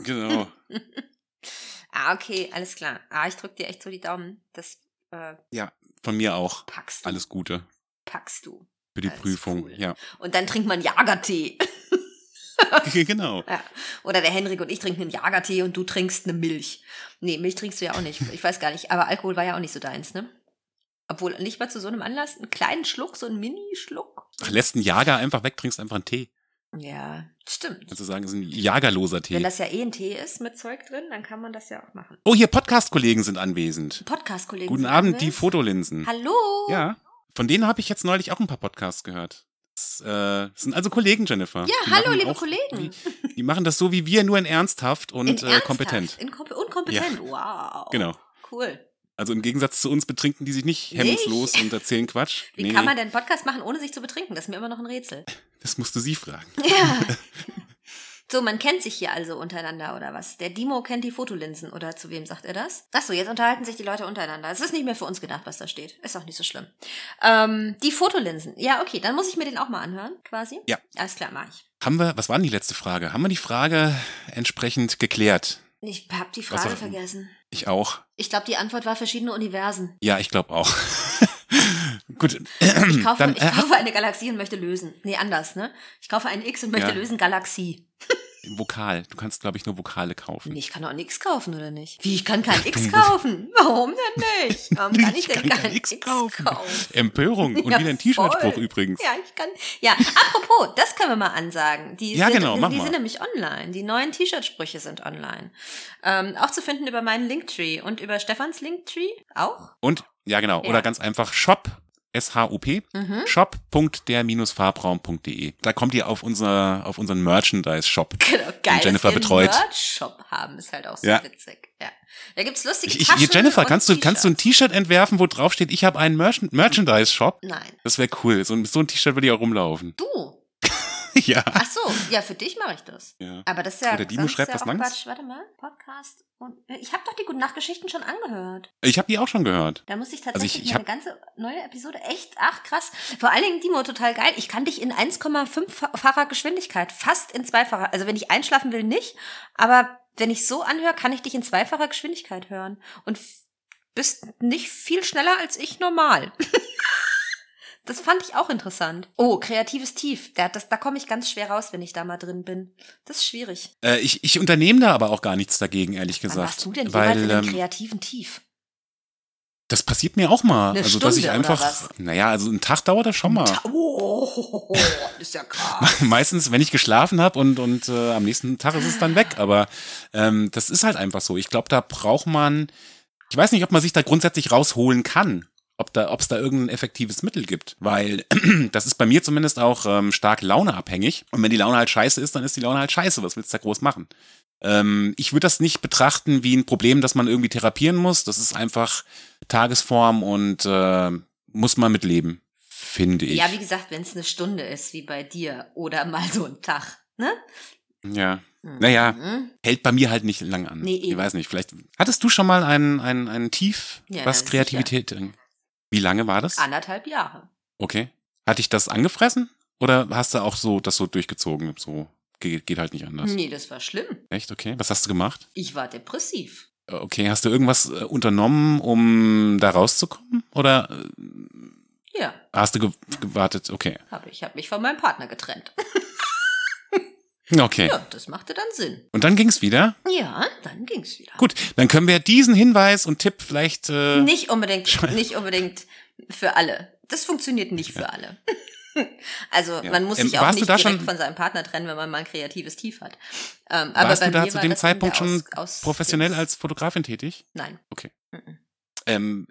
Speaker 2: Genau.
Speaker 1: Ah, okay, alles klar. Ah, ich drück dir echt so die Daumen. Das äh,
Speaker 2: Von mir auch.
Speaker 1: packst du.
Speaker 2: Alles Gute
Speaker 1: packst du.
Speaker 2: für die
Speaker 1: Alles
Speaker 2: Prüfung.
Speaker 1: cool.
Speaker 2: Ja.
Speaker 1: Und dann trinkt man Jagertee.
Speaker 2: genau.
Speaker 1: Ja. Oder der Henrik und ich trinken einen Jagertee und du trinkst eine Milch. Nee, Milch trinkst du ja auch nicht. Ich weiß gar nicht. Aber Alkohol war ja auch nicht so deins, ne? Obwohl, nicht mal zu so einem Anlass, einen kleinen Schluck, so einen Mini-Schluck.
Speaker 2: Ach, lässt einen Jager einfach weg, trinkst einfach einen Tee.
Speaker 1: Ja, stimmt.
Speaker 2: Kannst du sagen, ist ein jagerloser
Speaker 1: Wenn
Speaker 2: Tee.
Speaker 1: das ja eh ein Tee ist mit Zeug drin, dann kann man das ja auch machen.
Speaker 2: Oh, hier Podcast-Kollegen sind anwesend.
Speaker 1: Podcast-Kollegen.
Speaker 2: Guten
Speaker 1: sind
Speaker 2: Abend,
Speaker 1: da,
Speaker 2: die
Speaker 1: ne?
Speaker 2: Fotolinsen.
Speaker 1: Hallo.
Speaker 2: Ja. Von denen habe ich jetzt neulich auch ein paar Podcasts gehört. Das, äh, das sind also Kollegen, Jennifer.
Speaker 1: Ja,
Speaker 2: Die
Speaker 1: hallo,
Speaker 2: machen
Speaker 1: liebe
Speaker 2: auch-
Speaker 1: Kollegen.
Speaker 2: Die, die machen das so wie wir, nur in ernsthaft und
Speaker 1: In
Speaker 2: äh,
Speaker 1: ernsthaft?
Speaker 2: kompetent.
Speaker 1: In kompe und kompetent. Wow.
Speaker 2: Genau.
Speaker 1: Cool.
Speaker 2: Also im Gegensatz zu uns betrinken die sich nicht
Speaker 1: Nicht?
Speaker 2: hemmungslos und erzählen Quatsch.
Speaker 1: Wie kann man denn einen Podcast machen, ohne sich zu betrinken? Das ist mir immer noch ein Rätsel.
Speaker 2: das musst du sie fragen.
Speaker 1: Ja. So, man kennt sich hier also untereinander oder was? Der Dimo kennt die Fotolinsen oder zu wem sagt er das? Achso, jetzt unterhalten sich die Leute untereinander. Es ist nicht mehr für uns gedacht, was da steht. Ist auch nicht so schlimm. Ähm, die Fotolinsen. Ja, okay, dann muss ich mir den auch mal anhören, quasi.
Speaker 2: Ja.
Speaker 1: Alles klar, mach ich.
Speaker 2: Haben wir, was war denn die letzte Frage? Haben wir die Frage entsprechend geklärt?
Speaker 1: Ich hab die
Speaker 2: Was
Speaker 1: Frage
Speaker 2: auch-
Speaker 1: vergessen.
Speaker 2: Ich auch.
Speaker 1: Ich glaube, die Antwort war verschiedene Universen.
Speaker 2: Ja, ich glaube auch. Gut.
Speaker 1: Ich kaufe,
Speaker 2: Dann,
Speaker 1: ich
Speaker 2: äh,
Speaker 1: kaufe eine Galaxie und möchte lösen. Nee, anders, ne? Ich kaufe einen X und möchte
Speaker 2: Ja.
Speaker 1: lösen Galaxie.
Speaker 2: Vokal. Du kannst, glaube ich, nur Vokale kaufen.
Speaker 1: Nee, ich kann auch einen X kaufen, oder nicht? Wie, ich kann keinen X
Speaker 2: musst-
Speaker 1: kaufen? Warum denn nicht? Warum kann ich,
Speaker 2: Ich
Speaker 1: denn
Speaker 2: kann
Speaker 1: keinen
Speaker 2: kein
Speaker 1: X,
Speaker 2: X kaufen.
Speaker 1: kaufen?
Speaker 2: Empörung und
Speaker 1: Ja,
Speaker 2: wieder ein T-Shirt-Spruch
Speaker 1: voll.
Speaker 2: übrigens.
Speaker 1: Ja, ich kann. Ja, apropos, das können wir mal ansagen. Die
Speaker 2: Ja,
Speaker 1: sind,
Speaker 2: genau, mach
Speaker 1: die
Speaker 2: mal.
Speaker 1: sind nämlich online. Die neuen T-Shirt-Sprüche sind online. Ähm, auch zu finden über meinen Linktree und über Stefans Linktree auch.
Speaker 2: Und ja, genau.
Speaker 1: Ja.
Speaker 2: Oder ganz einfach Shop. S-H-U-P,
Speaker 1: Mhm.
Speaker 2: shop.der-farbraum.de. Da kommt ihr auf, unser, auf unseren Merchandise-Shop.
Speaker 1: Genau, geil.
Speaker 2: Jennifer
Speaker 1: dass wir
Speaker 2: betreut.
Speaker 1: einen Merch-Shop haben, ist halt auch so
Speaker 2: Ja.
Speaker 1: witzig. Ja. Da gibt's lustige
Speaker 2: Ich, ich,
Speaker 1: Taschen
Speaker 2: Jennifer,
Speaker 1: und
Speaker 2: kannst du, kannst du ein
Speaker 1: T-Shirts.
Speaker 2: T-Shirt entwerfen, wo drauf steht, ich habe einen Merch Merchandise-Shop?
Speaker 1: Nein.
Speaker 2: Das wäre cool. So, ein- so ein T-Shirt würde ich auch rumlaufen.
Speaker 1: Du.
Speaker 2: ja.
Speaker 1: Ach so, ja, für dich mache ich das.
Speaker 2: ja.
Speaker 1: Aber das ist ja.
Speaker 2: Oder Dimo
Speaker 1: sonst
Speaker 2: schreibt
Speaker 1: ist ja
Speaker 2: was
Speaker 1: auch
Speaker 2: Langes.
Speaker 1: Quatsch. Warte mal, Podcast. Und, äh, ich habe doch die guten Nachtgeschichten schon angehört.
Speaker 2: Ich habe die auch schon gehört.
Speaker 1: Da musste ich
Speaker 2: Also ich-
Speaker 1: tatsächlich
Speaker 2: ich
Speaker 1: mal eine ganze neue Episode. Echt, ach krass. Vor allen Dingen, Dimo, total geil. Ich kann dich in 1,5-facher Geschwindigkeit, fast in zweifacher. Also wenn ich einschlafen will, nicht. Aber wenn ich so anhöre, kann ich dich in zweifacher Geschwindigkeit hören. Und f- bist nicht viel schneller als ich normal. Das fand ich auch interessant. Oh, kreatives Tief. Da, das, da komme ich ganz schwer raus, wenn ich da mal drin bin. Das ist schwierig.
Speaker 2: Äh, ich, ich unternehme da aber auch gar nichts dagegen, ehrlich
Speaker 1: Wann
Speaker 2: gesagt.
Speaker 1: warst du denn jeweils in
Speaker 2: weil,
Speaker 1: einem
Speaker 2: ähm,
Speaker 1: kreativen Tief?
Speaker 2: das passiert mir auch mal.
Speaker 1: Eine
Speaker 2: also, dass ich
Speaker 1: Stunde
Speaker 2: einfach,
Speaker 1: oder was?
Speaker 2: naja, also ein Tag dauert das schon mal.
Speaker 1: Oh, das ist ja krass.
Speaker 2: Meistens, wenn ich geschlafen habe und, und äh, am nächsten Tag ist es dann weg. Aber ähm, das ist halt einfach so. Ich glaube, da braucht man, ich weiß nicht, ob man sich da grundsätzlich rausholen kann. Ob da, ob es da irgendein effektives Mittel gibt. Weil das ist bei mir zumindest auch ähm, stark launeabhängig. Und wenn die Laune halt scheiße ist, dann ist die Laune halt scheiße. Was willst du da groß machen? Ähm, ich würde das nicht betrachten wie ein Problem, das man irgendwie therapieren muss. Das ist einfach Tagesform und äh, muss man mitleben, finde ich.
Speaker 1: Ja, wie gesagt, wenn es eine Stunde ist, wie bei dir, oder mal so ein Tag, ne?
Speaker 2: ja. Naja,
Speaker 1: Mhm.
Speaker 2: hält bei mir halt nicht lang an.
Speaker 1: Nee,
Speaker 2: ich
Speaker 1: eben.
Speaker 2: weiß nicht, vielleicht hattest du schon mal einen, einen, einen Tief,
Speaker 1: Ja,
Speaker 2: was
Speaker 1: sicher.
Speaker 2: Kreativität ang- Wie lange war das?
Speaker 1: Anderthalb Jahre.
Speaker 2: Okay. Hat dich das angefressen oder hast du auch so das so durchgezogen, so geht, geht halt nicht anders.
Speaker 1: Nee, das war schlimm.
Speaker 2: Echt? Okay. Was hast du gemacht?
Speaker 1: Ich war depressiv.
Speaker 2: Äh, Okay, hast du irgendwas äh, unternommen, um da rauszukommen oder äh,
Speaker 1: Ja,
Speaker 2: hast du ge gewartet? Okay.
Speaker 1: habe ich. habe mich von meinem Partner getrennt.
Speaker 2: Okay.
Speaker 1: Ja, das machte dann Sinn.
Speaker 2: Und dann ging's wieder.
Speaker 1: Ja, dann ging's wieder.
Speaker 2: Gut, dann können wir diesen Hinweis und Tipp vielleicht. Äh,
Speaker 1: Nicht unbedingt, nicht unbedingt für alle. Das funktioniert nicht für alle. Also man muss sich
Speaker 2: Ähm,
Speaker 1: auch
Speaker 2: warst du
Speaker 1: nicht
Speaker 2: da
Speaker 1: direkt
Speaker 2: schon-
Speaker 1: von seinem Partner trennen, wenn man mal ein kreatives Tief hat. Ähm, aber
Speaker 2: warst
Speaker 1: bei
Speaker 2: du da
Speaker 1: mir
Speaker 2: zu
Speaker 1: war
Speaker 2: dem
Speaker 1: das
Speaker 2: Zeitpunkt
Speaker 1: irgendwie
Speaker 2: schon
Speaker 1: aus- aus-
Speaker 2: professionell als Fotografin tätig?
Speaker 1: Nein.
Speaker 2: ähm,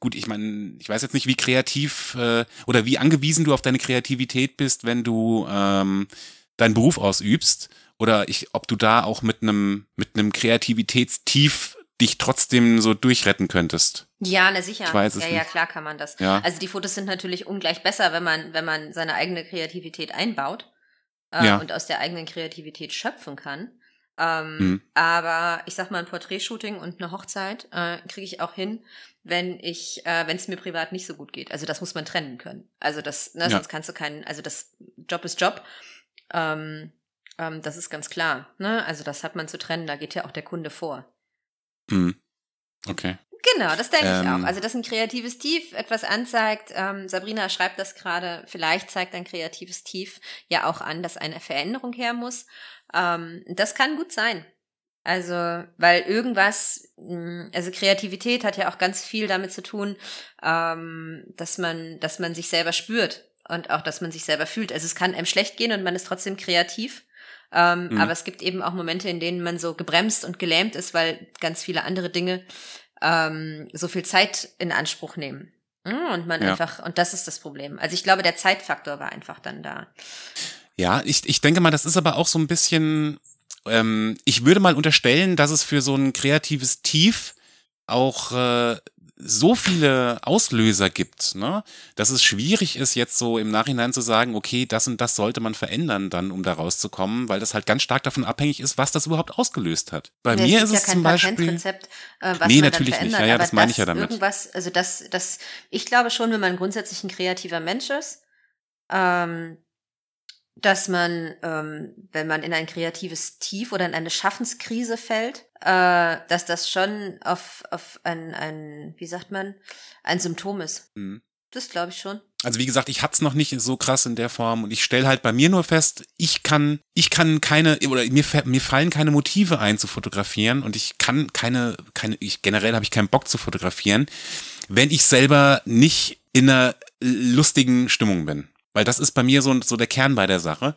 Speaker 2: gut, ich meine, ich weiß jetzt nicht, wie kreativ äh, oder wie angewiesen du auf deine Kreativität bist, wenn du ähm, deinen Beruf ausübst oder ich, ob du da auch mit einem mit einem Kreativitätstief dich trotzdem so durchretten könntest.
Speaker 1: Ja, na sicher.
Speaker 2: Ich weiß es
Speaker 1: ja, ja,
Speaker 2: nicht.
Speaker 1: klar kann man das.
Speaker 2: Ja.
Speaker 1: Also die Fotos sind natürlich ungleich besser, wenn man, wenn man seine eigene Kreativität einbaut äh,
Speaker 2: Ja.
Speaker 1: und aus der eigenen Kreativität schöpfen kann. Ähm,
Speaker 2: Mhm.
Speaker 1: Aber ich sag mal, ein Porträtshooting und eine Hochzeit äh, kriege ich auch hin, wenn ich, äh, wenn es mir privat nicht so gut geht. Also das muss man trennen können. Also das, ne,
Speaker 2: Ja.
Speaker 1: sonst kannst du keinen, also das Job ist Job. Ähm, ähm, das ist ganz klar. Ne? Also das hat man zu trennen, da geht ja auch der Kunde vor.
Speaker 2: Hm. Okay.
Speaker 1: Genau, das denke ich
Speaker 2: Ähm.
Speaker 1: auch. Also, dass ein kreatives Tief etwas anzeigt. Ähm, Sabrina schreibt das gerade. Vielleicht zeigt ein kreatives Tief ja auch an, dass eine Veränderung her muss. Ähm, das kann gut sein. Also, weil irgendwas, mh, also Kreativität hat ja auch ganz viel damit zu tun, ähm, dass man, dass man sich selber spürt und auch, dass man sich selber fühlt. Also es kann einem schlecht gehen und man ist trotzdem kreativ. Ähm,
Speaker 2: Mhm.
Speaker 1: Aber es gibt eben auch Momente, in denen man so gebremst und gelähmt ist, weil ganz viele andere Dinge ähm, so viel Zeit in Anspruch nehmen. Mm, Und man
Speaker 2: Ja.
Speaker 1: einfach, und das ist das Problem. Also ich glaube, der Zeitfaktor war einfach dann da.
Speaker 2: Ja, ich, ich denke mal, das ist aber auch so ein bisschen, ähm, ich würde mal unterstellen, dass es für so ein kreatives Tief auch äh, so viele Auslöser gibt, ne? dass es schwierig ist, jetzt so im Nachhinein zu sagen, okay, das und das sollte man verändern dann, um da rauszukommen, weil das halt ganz stark davon abhängig ist, was das überhaupt ausgelöst hat.
Speaker 1: Ja,
Speaker 2: Bei mir
Speaker 1: gibt
Speaker 2: ist
Speaker 1: ja
Speaker 2: es
Speaker 1: kein
Speaker 2: zum Beispiel...
Speaker 1: Patentrezept, äh, was
Speaker 2: Nee,
Speaker 1: man
Speaker 2: natürlich
Speaker 1: dann
Speaker 2: nicht.
Speaker 1: verändert.
Speaker 2: Ja, ja,
Speaker 1: aber
Speaker 2: das meine ich ja damit.
Speaker 1: Irgendwas, also das, das, ich glaube schon, wenn man grundsätzlich ein kreativer Mensch ist, ähm, dass man, ähm, wenn man in ein kreatives Tief oder in eine Schaffenskrise fällt, äh, dass das schon auf, auf ein, ein, wie sagt man, ein Symptom ist.
Speaker 2: Hm.
Speaker 1: Das glaube ich schon.
Speaker 2: Also wie gesagt, ich hat's noch nicht so krass in der Form und ich stelle halt bei mir nur fest, ich kann, ich kann keine oder mir, fa- mir fallen keine Motive ein zu fotografieren und ich kann keine, keine, ich generell habe ich keinen Bock zu fotografieren, wenn ich selber nicht in einer lustigen Stimmung bin, weil das ist bei mir so so der Kern bei der Sache.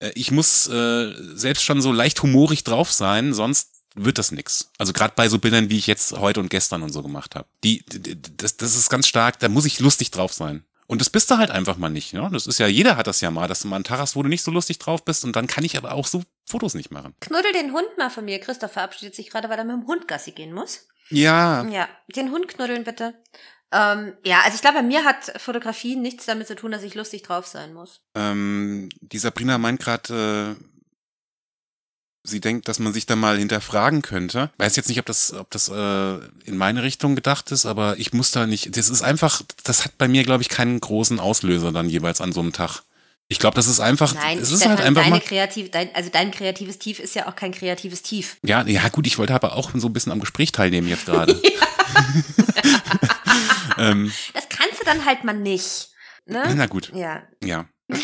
Speaker 2: Äh, Ich muss äh, selbst schon so leicht humorig drauf sein, sonst wird das nix. Also gerade bei so Bildern, wie ich jetzt heute und gestern und so gemacht habe. Die, die- das, das ist ganz stark, da muss ich lustig drauf sein. Und das bist du halt einfach mal nicht. Ne? Das ist ja, jeder hat das ja mal, dass du mal einen Tag hast, wo du nicht so lustig drauf bist und dann kann ich aber auch so Fotos nicht machen.
Speaker 1: Knuddel den Hund mal von mir. Christoph verabschiedet sich gerade, weil er mit dem Hund Gassi gehen muss.
Speaker 2: Ja.
Speaker 1: Ja, den Hund knuddeln bitte. Ähm, ja, also ich glaube, bei mir hat Fotografie nichts damit zu tun, dass ich lustig drauf sein muss.
Speaker 2: Ähm, die Sabrina meint gerade, äh, sie denkt, dass man sich da mal hinterfragen könnte. Weiß jetzt nicht, ob das, ob das äh, in meine Richtung gedacht ist, aber ich muss da nicht. Das ist einfach, das hat bei mir, glaube ich, keinen großen Auslöser dann jeweils an so einem Tag. Ich glaube, das ist einfach,
Speaker 1: Nein,
Speaker 2: es ist
Speaker 1: Stefan,
Speaker 2: halt einfach
Speaker 1: deine
Speaker 2: mal.
Speaker 1: kreativ, dein, also dein kreatives Tief ist ja auch kein kreatives Tief.
Speaker 2: Ja, ja, gut, ich wollte aber auch so ein bisschen am Gespräch teilnehmen jetzt gerade. ähm,
Speaker 1: Das kannst du dann halt mal nicht. Ne?
Speaker 2: na gut,
Speaker 1: Ja,
Speaker 2: ja.
Speaker 1: nein,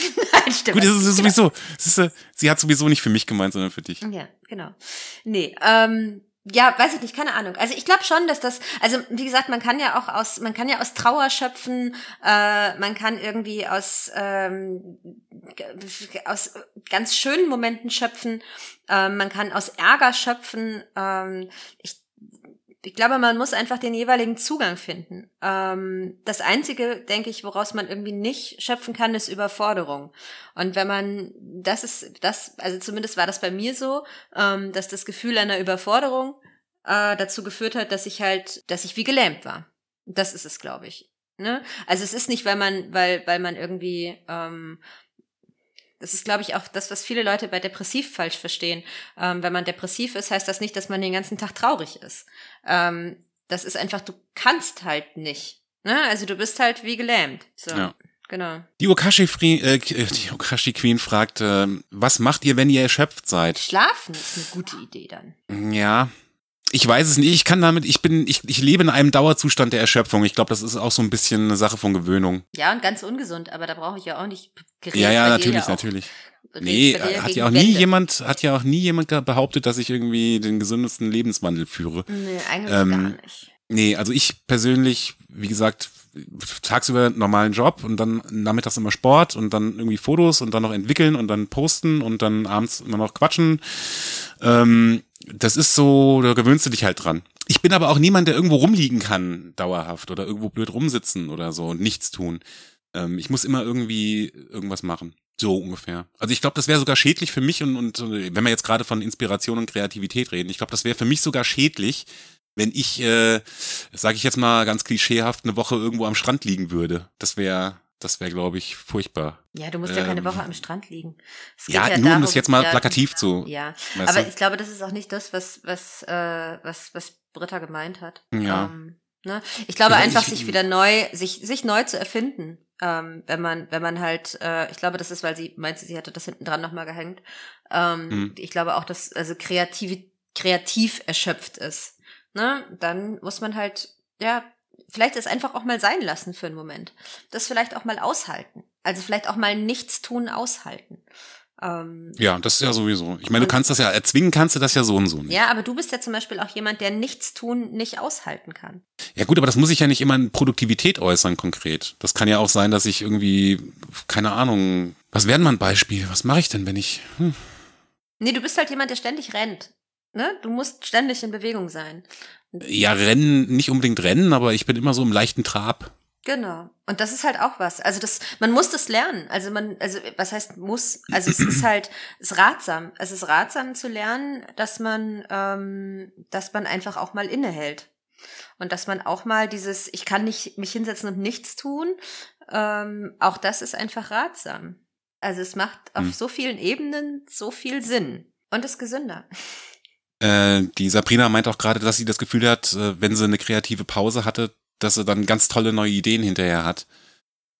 Speaker 1: stimmt.
Speaker 2: Gut, es ist sowieso, es ist, äh, sie hat sowieso nicht für mich gemeint, sondern für dich.
Speaker 1: Ja, genau. Nee, ähm, ja, weiß ich nicht, keine Ahnung. Also ich glaube schon, dass das, also wie gesagt, man kann ja auch aus, man kann ja aus Trauer schöpfen, äh, man kann irgendwie aus, ähm, g- aus ganz schönen Momenten schöpfen, äh, man kann aus Ärger schöpfen. Ähm, ich, ich glaube, man muss einfach den jeweiligen Zugang finden. Ähm, das Einzige, denke ich, woraus man irgendwie nicht schöpfen kann, ist Überforderung. Und wenn man, das ist, das, also zumindest war das bei mir so, ähm, dass das Gefühl einer Überforderung äh, dazu geführt hat, dass ich halt, dass ich wie gelähmt war. Das ist es, glaube ich. Ne? Also es ist nicht, weil man, weil, weil man irgendwie, ähm, das ist, glaube ich, auch das, was viele Leute bei depressiv falsch verstehen. Ähm, wenn man depressiv ist, heißt das nicht, dass man den ganzen Tag traurig ist. Ähm, das ist einfach, du kannst halt nicht. Ne? Also du bist halt wie gelähmt. So.
Speaker 2: Ja.
Speaker 1: Genau.
Speaker 2: Die Okashi, Free, äh, die Okashi Queen fragt, äh, was macht ihr, wenn ihr erschöpft seid?
Speaker 1: Schlafen ist eine gute Idee dann.
Speaker 2: Ja. Ich weiß es nicht. Ich kann damit, ich bin, ich, ich lebe in einem Dauerzustand der Erschöpfung. Ich glaube, das ist auch so ein bisschen eine Sache von Gewöhnung.
Speaker 1: Ja, und ganz ungesund, aber da brauche ich ja auch nicht geredet.
Speaker 2: Ja, ja,
Speaker 1: weil ihr
Speaker 2: natürlich,
Speaker 1: auch
Speaker 2: natürlich. Nee, äh,
Speaker 1: rebelliere
Speaker 2: hat
Speaker 1: gegen
Speaker 2: ja auch nie
Speaker 1: Wände.
Speaker 2: jemand, hat ja auch nie jemand ge- behauptet, dass ich irgendwie den gesündesten Lebenswandel führe.
Speaker 1: Nee, eigentlich
Speaker 2: Ähm,
Speaker 1: gar nicht.
Speaker 2: Nee, also ich persönlich, wie gesagt, tagsüber normalen Job und dann nachmittags immer Sport und dann irgendwie Fotos und dann noch entwickeln und dann posten und dann abends immer noch quatschen. Ähm, das ist so, da gewöhnst du dich halt dran. Ich bin aber auch niemand, der irgendwo rumliegen kann, dauerhaft oder irgendwo blöd rumsitzen oder so und nichts tun. Ähm, ich muss immer irgendwie irgendwas machen. So ungefähr. Also ich glaube, das wäre sogar schädlich für mich und, und äh, wenn wir jetzt gerade von Inspiration und Kreativität reden, ich glaube, das wäre für mich sogar schädlich, wenn ich, äh, sage ich jetzt mal ganz klischeehaft, eine Woche irgendwo am Strand liegen würde. Das wäre, das wäre, glaube ich, furchtbar.
Speaker 1: Ja, du musst ja keine
Speaker 2: ähm,
Speaker 1: Woche am Strand liegen. Es geht
Speaker 2: Ja, nur um
Speaker 1: darum-
Speaker 2: das jetzt mal
Speaker 1: ja,
Speaker 2: plakativ zu.
Speaker 1: Ja,
Speaker 2: weißt
Speaker 1: aber
Speaker 2: du?
Speaker 1: ich glaube, das ist auch nicht das, was, was, äh, was, was Britta gemeint hat.
Speaker 2: Ja.
Speaker 1: Ähm, ne? Ich glaube
Speaker 2: Ja,
Speaker 1: einfach,
Speaker 2: ich-
Speaker 1: sich wieder neu, sich, sich neu zu erfinden. Ähm, wenn man, wenn man halt, äh, ich glaube, das ist, weil sie meinte, sie hatte das hinten dran nochmal gehängt. Ähm,
Speaker 2: Mhm.
Speaker 1: Ich glaube auch, dass also kreativ, kreativ erschöpft ist. Ne? Dann muss man halt, ja, vielleicht es einfach auch mal sein lassen für einen Moment. Das vielleicht auch mal aushalten. Also vielleicht auch mal nichts tun, aushalten. Ähm,
Speaker 2: ja, das ist ja sowieso. Ich meine, du kannst das ja, erzwingen kannst du das ja so und so nicht.
Speaker 1: ja, aber du bist ja zum Beispiel auch jemand, der nichts tun nicht aushalten kann.
Speaker 2: Ja gut, aber das muss ich ja nicht immer in Produktivität äußern konkret. Das kann ja auch sein, dass ich irgendwie, keine Ahnung, was wäre denn mal ein Beispiel? Was mache ich denn, wenn ich... Hm.
Speaker 1: Nee, du bist halt jemand, der ständig rennt. Ne? Du musst ständig in Bewegung sein.
Speaker 2: Ja, rennen, nicht unbedingt rennen, aber ich bin immer so im leichten Trab.
Speaker 1: Genau. Und das ist halt auch was. Also das, man muss das lernen. Also man, also was heißt muss? Also es ist halt, es ist ratsam. Es ist ratsam zu lernen, dass man, ähm, dass man einfach auch mal innehält. Und dass man auch mal dieses, ich kann nicht mich hinsetzen und nichts tun, ähm, auch das ist einfach ratsam. Also es macht auf
Speaker 2: Hm.
Speaker 1: so vielen Ebenen so viel Sinn. Und ist gesünder.
Speaker 2: Äh, die Sabrina meint auch gerade, dass sie das Gefühl hat, äh, wenn sie eine kreative Pause hatte, dass sie dann ganz tolle neue Ideen hinterher hat.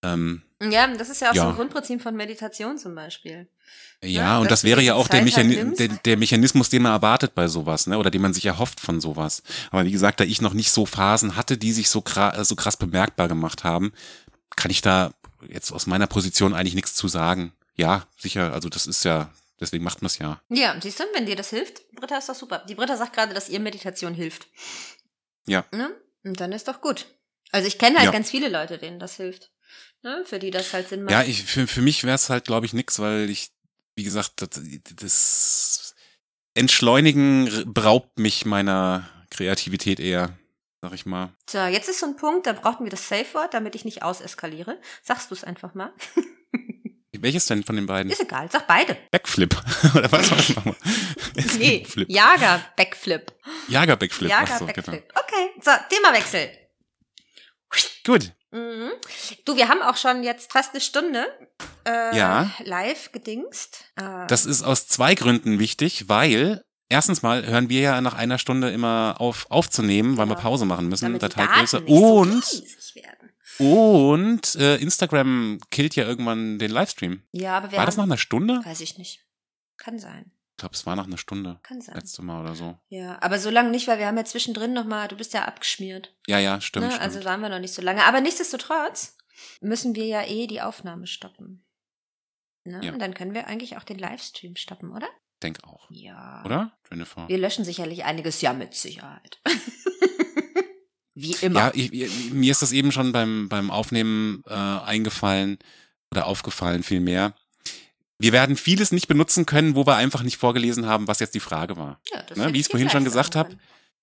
Speaker 2: Ähm,
Speaker 1: Ja, das ist ja auch so
Speaker 2: Ja.
Speaker 1: ein Grundprinzip von Meditation zum Beispiel. Ja,
Speaker 2: ja, und
Speaker 1: dass
Speaker 2: das
Speaker 1: du
Speaker 2: wäre
Speaker 1: dir
Speaker 2: ja
Speaker 1: die
Speaker 2: auch der,
Speaker 1: Zeit halt
Speaker 2: Mechani
Speaker 1: nimmst.
Speaker 2: der, der Mechanismus, den man erwartet bei sowas, ne? oder den man sich erhofft von sowas. Aber wie gesagt, da ich noch nicht so Phasen hatte, die sich so, kra- äh, so krass bemerkbar gemacht haben, kann ich da jetzt aus meiner Position eigentlich nichts zu sagen. Ja, sicher, also das ist ja, deswegen macht man es ja.
Speaker 1: Ja, siehst du, wenn dir das hilft, Britta ist doch super. Die Britta sagt gerade, dass ihr Meditation hilft.
Speaker 2: Ja.
Speaker 1: Ne? Und dann ist doch gut. Also ich kenne halt
Speaker 2: Ja.
Speaker 1: ganz viele Leute, denen das hilft. Ne? Für die das halt Sinn macht.
Speaker 2: Ja, ich, für, für mich wäre es halt, glaube ich, nix, weil ich, wie gesagt, das, das Entschleunigen r- beraubt mich meiner Kreativität eher, sag ich mal.
Speaker 1: so, jetzt ist so ein Punkt, da brauchten wir das Safe Word, damit ich nicht auseskaliere. Sagst du es einfach mal?
Speaker 2: Welches denn von den beiden?
Speaker 1: Ist egal, sag beide.
Speaker 2: Backflip. Oder was war das nochmal?
Speaker 1: Nee,
Speaker 2: Flip.
Speaker 1: Jager Backflip.
Speaker 2: Jager Backflip.
Speaker 1: Jager Backflip. Okay, so, Themawechsel.
Speaker 2: Genau. Gut.
Speaker 1: Mhm. Du, wir haben auch schon jetzt fast eine Stunde äh,
Speaker 2: Ja.
Speaker 1: live gedingst. Äh,
Speaker 2: Das ist aus zwei Gründen wichtig, weil erstens mal hören wir ja nach einer Stunde immer auf aufzunehmen, weil wir
Speaker 1: Genau.
Speaker 2: Pause machen müssen,
Speaker 1: damit die
Speaker 2: Dateigröße.
Speaker 1: Daten nicht so
Speaker 2: Und,
Speaker 1: riesig werden.
Speaker 2: und äh, Instagram killt ja irgendwann den Livestream.
Speaker 1: Ja, aber wir
Speaker 2: War
Speaker 1: haben,
Speaker 2: das nach einer Stunde?
Speaker 1: Weiß ich nicht. Kann sein,
Speaker 2: Ich glaube, es war nach einer Stunde.
Speaker 1: kann sein.
Speaker 2: Letzte Mal oder so.
Speaker 1: Ja, aber so lange nicht, weil wir haben ja zwischendrin noch mal. Du bist ja abgeschmiert.
Speaker 2: Ja, ja, stimmt.
Speaker 1: ne?
Speaker 2: stimmt.
Speaker 1: Also waren wir noch nicht so lange. Aber nichtsdestotrotz müssen wir ja eh die Aufnahme stoppen. Ne?
Speaker 2: Ja.
Speaker 1: Und dann können wir eigentlich auch den Livestream stoppen, oder?
Speaker 2: Denk auch.
Speaker 1: Ja.
Speaker 2: Oder? Jennifer.
Speaker 1: Wir löschen sicherlich einiges, ja, mit Sicherheit. Wie immer.
Speaker 2: Ja, ich, ich, mir ist das eben schon beim, beim Aufnehmen äh, eingefallen oder aufgefallen vielmehr. Wir werden vieles nicht benutzen können, wo wir einfach nicht vorgelesen haben, was jetzt die Frage war.
Speaker 1: Ja, das
Speaker 2: Ne,
Speaker 1: hätte
Speaker 2: wie ich's
Speaker 1: dir
Speaker 2: vorhin
Speaker 1: gleich
Speaker 2: schon
Speaker 1: sagen
Speaker 2: gesagt hab,
Speaker 1: können.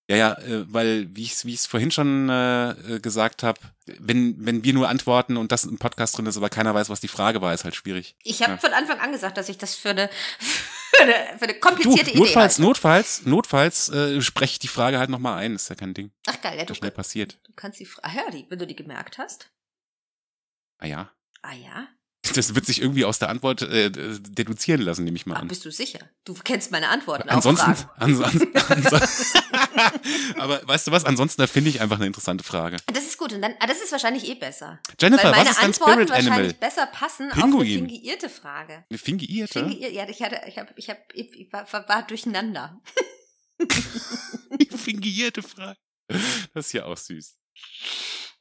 Speaker 2: Ja, ja, äh, weil, wie ich es wie ich's vorhin schon äh, äh, gesagt habe, wenn, wenn wir nur antworten und das im Podcast drin ist, aber keiner weiß, was die Frage war, ist halt schwierig.
Speaker 1: Ich habe
Speaker 2: Ja.
Speaker 1: von Anfang an gesagt, dass ich das für eine, für eine, für eine komplizierte Idee
Speaker 2: notfalls,
Speaker 1: halte.
Speaker 2: notfalls, notfalls äh, spreche ich die Frage halt nochmal ein, ist ja kein Ding.
Speaker 1: Ach geil, ja, Äh, du,
Speaker 2: Das schnell passiert.
Speaker 1: du kannst die Frage, ja, die, wenn du die gemerkt hast.
Speaker 2: Ah ja.
Speaker 1: Ah ja,
Speaker 2: Das wird sich irgendwie aus der Antwort äh, deduzieren lassen, nehme ich mal
Speaker 1: ah,
Speaker 2: an.
Speaker 1: bist du sicher? Du kennst meine Antworten
Speaker 2: Ansonsten,
Speaker 1: auf Fragen.
Speaker 2: ansonsten, ansonsten aber weißt du was? Ansonsten erfinde ich einfach eine interessante Frage.
Speaker 1: Das ist gut und dann, ah, das ist wahrscheinlich eh besser.
Speaker 2: Jennifer,
Speaker 1: weil meine
Speaker 2: was ist dein
Speaker 1: Antworten
Speaker 2: Spirit Animal?
Speaker 1: wahrscheinlich besser passen auf eine
Speaker 2: Pinguin.
Speaker 1: fingierte Frage.
Speaker 2: Eine Fingierte?
Speaker 1: Fingier, ja, ich hatte, ich habe, ich habe, ich war, war, war durcheinander.
Speaker 2: Fingierte Frage. Das ist ja auch süß.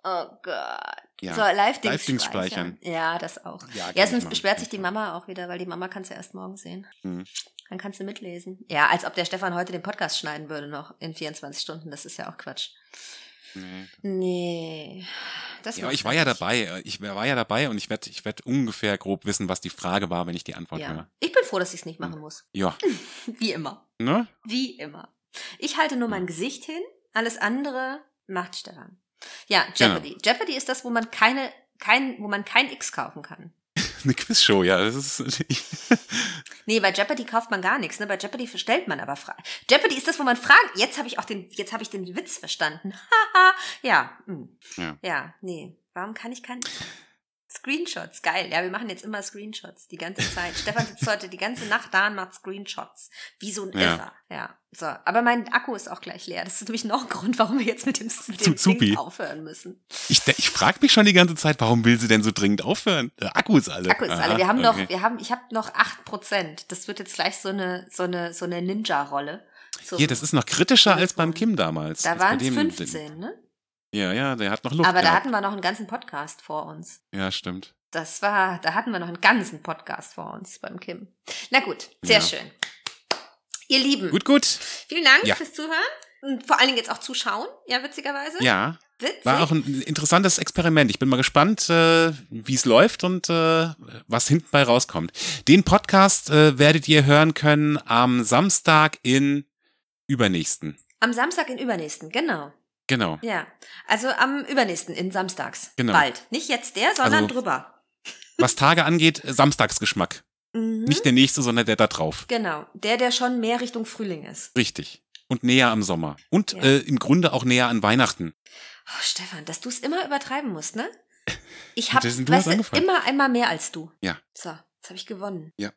Speaker 1: Oh Gott.
Speaker 2: Ja.
Speaker 1: So, Live-Dings
Speaker 2: Live-Dings
Speaker 1: speichern.
Speaker 2: speichern.
Speaker 1: Ja, das auch.
Speaker 2: Ja,
Speaker 1: Ja,
Speaker 2: kann ich
Speaker 1: sonst
Speaker 2: machen.
Speaker 1: beschwert sich die Mama auch wieder, weil die Mama kann's ja erst morgen sehen.
Speaker 2: Mhm.
Speaker 1: Dann kannst du mitlesen. Ja, als ob der Stefan heute den Podcast schneiden würde noch in 24 Stunden. Das ist ja auch Quatsch.
Speaker 2: Nee.
Speaker 1: Nee. Das
Speaker 2: Ja, aber
Speaker 1: macht
Speaker 2: ich war ja
Speaker 1: nicht.
Speaker 2: dabei. äh, Ich war ja dabei und ich werde ich werd ungefähr grob wissen, was die Frage war, wenn ich die Antwort höre.
Speaker 1: Ja. Ich bin froh, dass ich es nicht machen muss.
Speaker 2: Ja.
Speaker 1: Wie immer.
Speaker 2: Ne?
Speaker 1: Wie immer. Ich halte nur mein Gesicht hin. Alles andere macht Stefan. Ja,
Speaker 2: Genau.
Speaker 1: Jeopardy. Jeopardy ist das, wo man keine, kein, wo man kein X kaufen kann.
Speaker 2: Eine Quizshow, ja. Das ist,
Speaker 1: Nee, bei Jeopardy kauft man gar nichts. Ne? Bei Jeopardy stellt man aber Fragen. Jeopardy ist das, wo man fragt. Jetzt habe ich auch den, jetzt habe ich den Witz verstanden. Haha. ja, hm.
Speaker 2: Ja.
Speaker 1: ja, nee. Warum kann ich kein Screenshots, geil. Ja, wir machen jetzt immer Screenshots die ganze Zeit. Stefan sitzt heute die ganze Nacht da und macht Screenshots. Wie so ein
Speaker 2: Ja.
Speaker 1: Irrer. Ja. So. Aber mein Akku ist auch gleich leer. Das ist nämlich noch ein Grund, warum wir jetzt mit dem, dem
Speaker 2: Zupi.
Speaker 1: Ding aufhören müssen.
Speaker 2: ich ich frage mich schon die ganze Zeit, warum will sie denn so dringend aufhören? Der Akku ist alle.
Speaker 1: Akku ist alle. Wir haben
Speaker 2: Aha,
Speaker 1: noch,
Speaker 2: okay.
Speaker 1: wir haben, ich habe noch acht Prozent. Das wird jetzt gleich so eine, so eine, so eine Ninja-Rolle. So,
Speaker 2: Hier, das ist noch kritischer als beim Kim damals.
Speaker 1: da
Speaker 2: als bei
Speaker 1: waren es
Speaker 2: dem-
Speaker 1: 15, ne?
Speaker 2: Ja, ja, der hat noch Luft.
Speaker 1: Aber da
Speaker 2: gehabt.
Speaker 1: hatten wir noch einen ganzen Podcast vor uns.
Speaker 2: ja, stimmt.
Speaker 1: Das war, da hatten wir noch einen ganzen Podcast vor uns beim Kim. Na gut, sehr
Speaker 2: Ja.
Speaker 1: schön. Ihr Lieben,
Speaker 2: Gut, gut.
Speaker 1: vielen Dank
Speaker 2: Ja.
Speaker 1: fürs Zuhören und vor allen Dingen jetzt auch zuschauen, ja, witzigerweise.
Speaker 2: Ja,
Speaker 1: Witzig.
Speaker 2: war auch ein interessantes Experiment. Ich bin mal gespannt, äh, wie es läuft und äh, was hinten bei rauskommt. Den Podcast äh, werdet ihr hören können am Samstag in übernächsten.
Speaker 1: Am Samstag in übernächsten, genau.
Speaker 2: Genau.
Speaker 1: Ja. Also am übernächsten in Samstags.
Speaker 2: Genau.
Speaker 1: Bald. Nicht jetzt der, sondern
Speaker 2: Also-
Speaker 1: drüber.
Speaker 2: Was Tage angeht, äh, Samstagsgeschmack.
Speaker 1: Mhm.
Speaker 2: Nicht der nächste, sondern der da drauf.
Speaker 1: Genau. Der, der schon mehr Richtung Frühling ist.
Speaker 2: Richtig. Und näher am Sommer. Und
Speaker 1: Ja.
Speaker 2: äh, im Grunde auch näher an Weihnachten.
Speaker 1: Oh, Stefan, dass du es immer übertreiben musst, ne? Ich habe
Speaker 2: das sind du hast angefangen.
Speaker 1: immer einmal mehr als du.
Speaker 2: Ja.
Speaker 1: So, jetzt habe ich gewonnen.
Speaker 2: Ich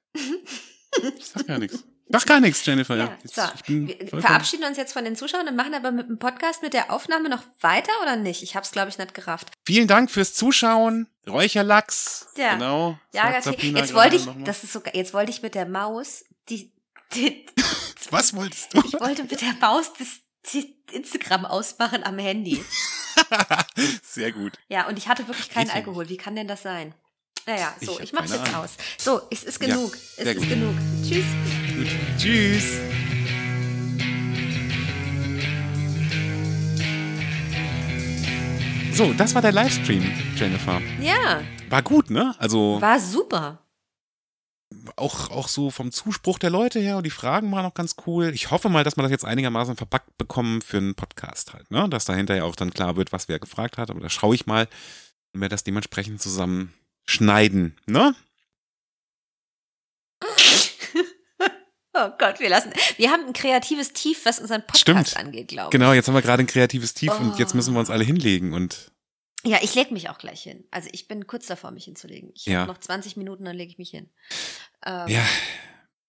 Speaker 2: sag gar nichts. Sag gar nichts, Jennifer.
Speaker 1: Ja,
Speaker 2: Jetzt-
Speaker 1: so.
Speaker 2: ich bin
Speaker 1: Wir
Speaker 2: vollkommen-
Speaker 1: verabschieden uns jetzt von den Zuschauern und machen aber mit dem Podcast, mit der Aufnahme noch weiter oder nicht? Ich habe es, glaube ich, nicht gerafft.
Speaker 2: Vielen Dank fürs Zuschauen. Räucherlachs.
Speaker 1: Ja.
Speaker 2: Genau.
Speaker 1: Ja,
Speaker 2: Sagt
Speaker 1: ganz
Speaker 2: Sabrina
Speaker 1: jetzt
Speaker 2: gerade
Speaker 1: wollte ich,
Speaker 2: noch mal.
Speaker 1: das ist sogar, jetzt wollte ich mit der Maus die, die
Speaker 2: Was wolltest du?
Speaker 1: ich wollte mit der Maus das die Instagram ausmachen am Handy.
Speaker 2: Sehr gut.
Speaker 1: Ja, und ich hatte wirklich keinen
Speaker 2: Geht ja
Speaker 1: Alkohol. Wie kann denn das sein? Naja,
Speaker 2: Ich
Speaker 1: so,
Speaker 2: hab
Speaker 1: ich, mach's
Speaker 2: keine
Speaker 1: jetzt
Speaker 2: Ahnung.
Speaker 1: aus. So, es ist
Speaker 2: Ja,
Speaker 1: genug. es
Speaker 2: sehr
Speaker 1: ist
Speaker 2: gut.
Speaker 1: genug. Tschüss.
Speaker 2: gut. Tschüss. So, das war der Livestream, Jennifer.
Speaker 1: Ja,
Speaker 2: War gut, ne? Also
Speaker 1: war super.
Speaker 2: auch, auch so vom Zuspruch der Leute her und die Fragen waren auch ganz cool. Ich hoffe mal, dass wir das jetzt einigermaßen verpackt bekommen für einen Podcast halt, ne? Dass dahinter ja auch dann klar wird, was wer gefragt hat. Aber da schaue ich mal, wenn wir das dementsprechend zusammen schneiden, ne?
Speaker 1: Oh Gott, wir lassen. Wir haben ein kreatives Tief, was unseren Podcast
Speaker 2: Stimmt.
Speaker 1: angeht, glaube ich.
Speaker 2: Genau, jetzt haben wir gerade ein kreatives Tief
Speaker 1: Oh.
Speaker 2: und jetzt müssen wir uns alle hinlegen und
Speaker 1: Ja, ich lege mich auch gleich hin. Also ich bin kurz davor, mich hinzulegen. Ich
Speaker 2: Ja.
Speaker 1: habe noch 20 Minuten, dann lege ich mich hin. Ähm,
Speaker 2: ja,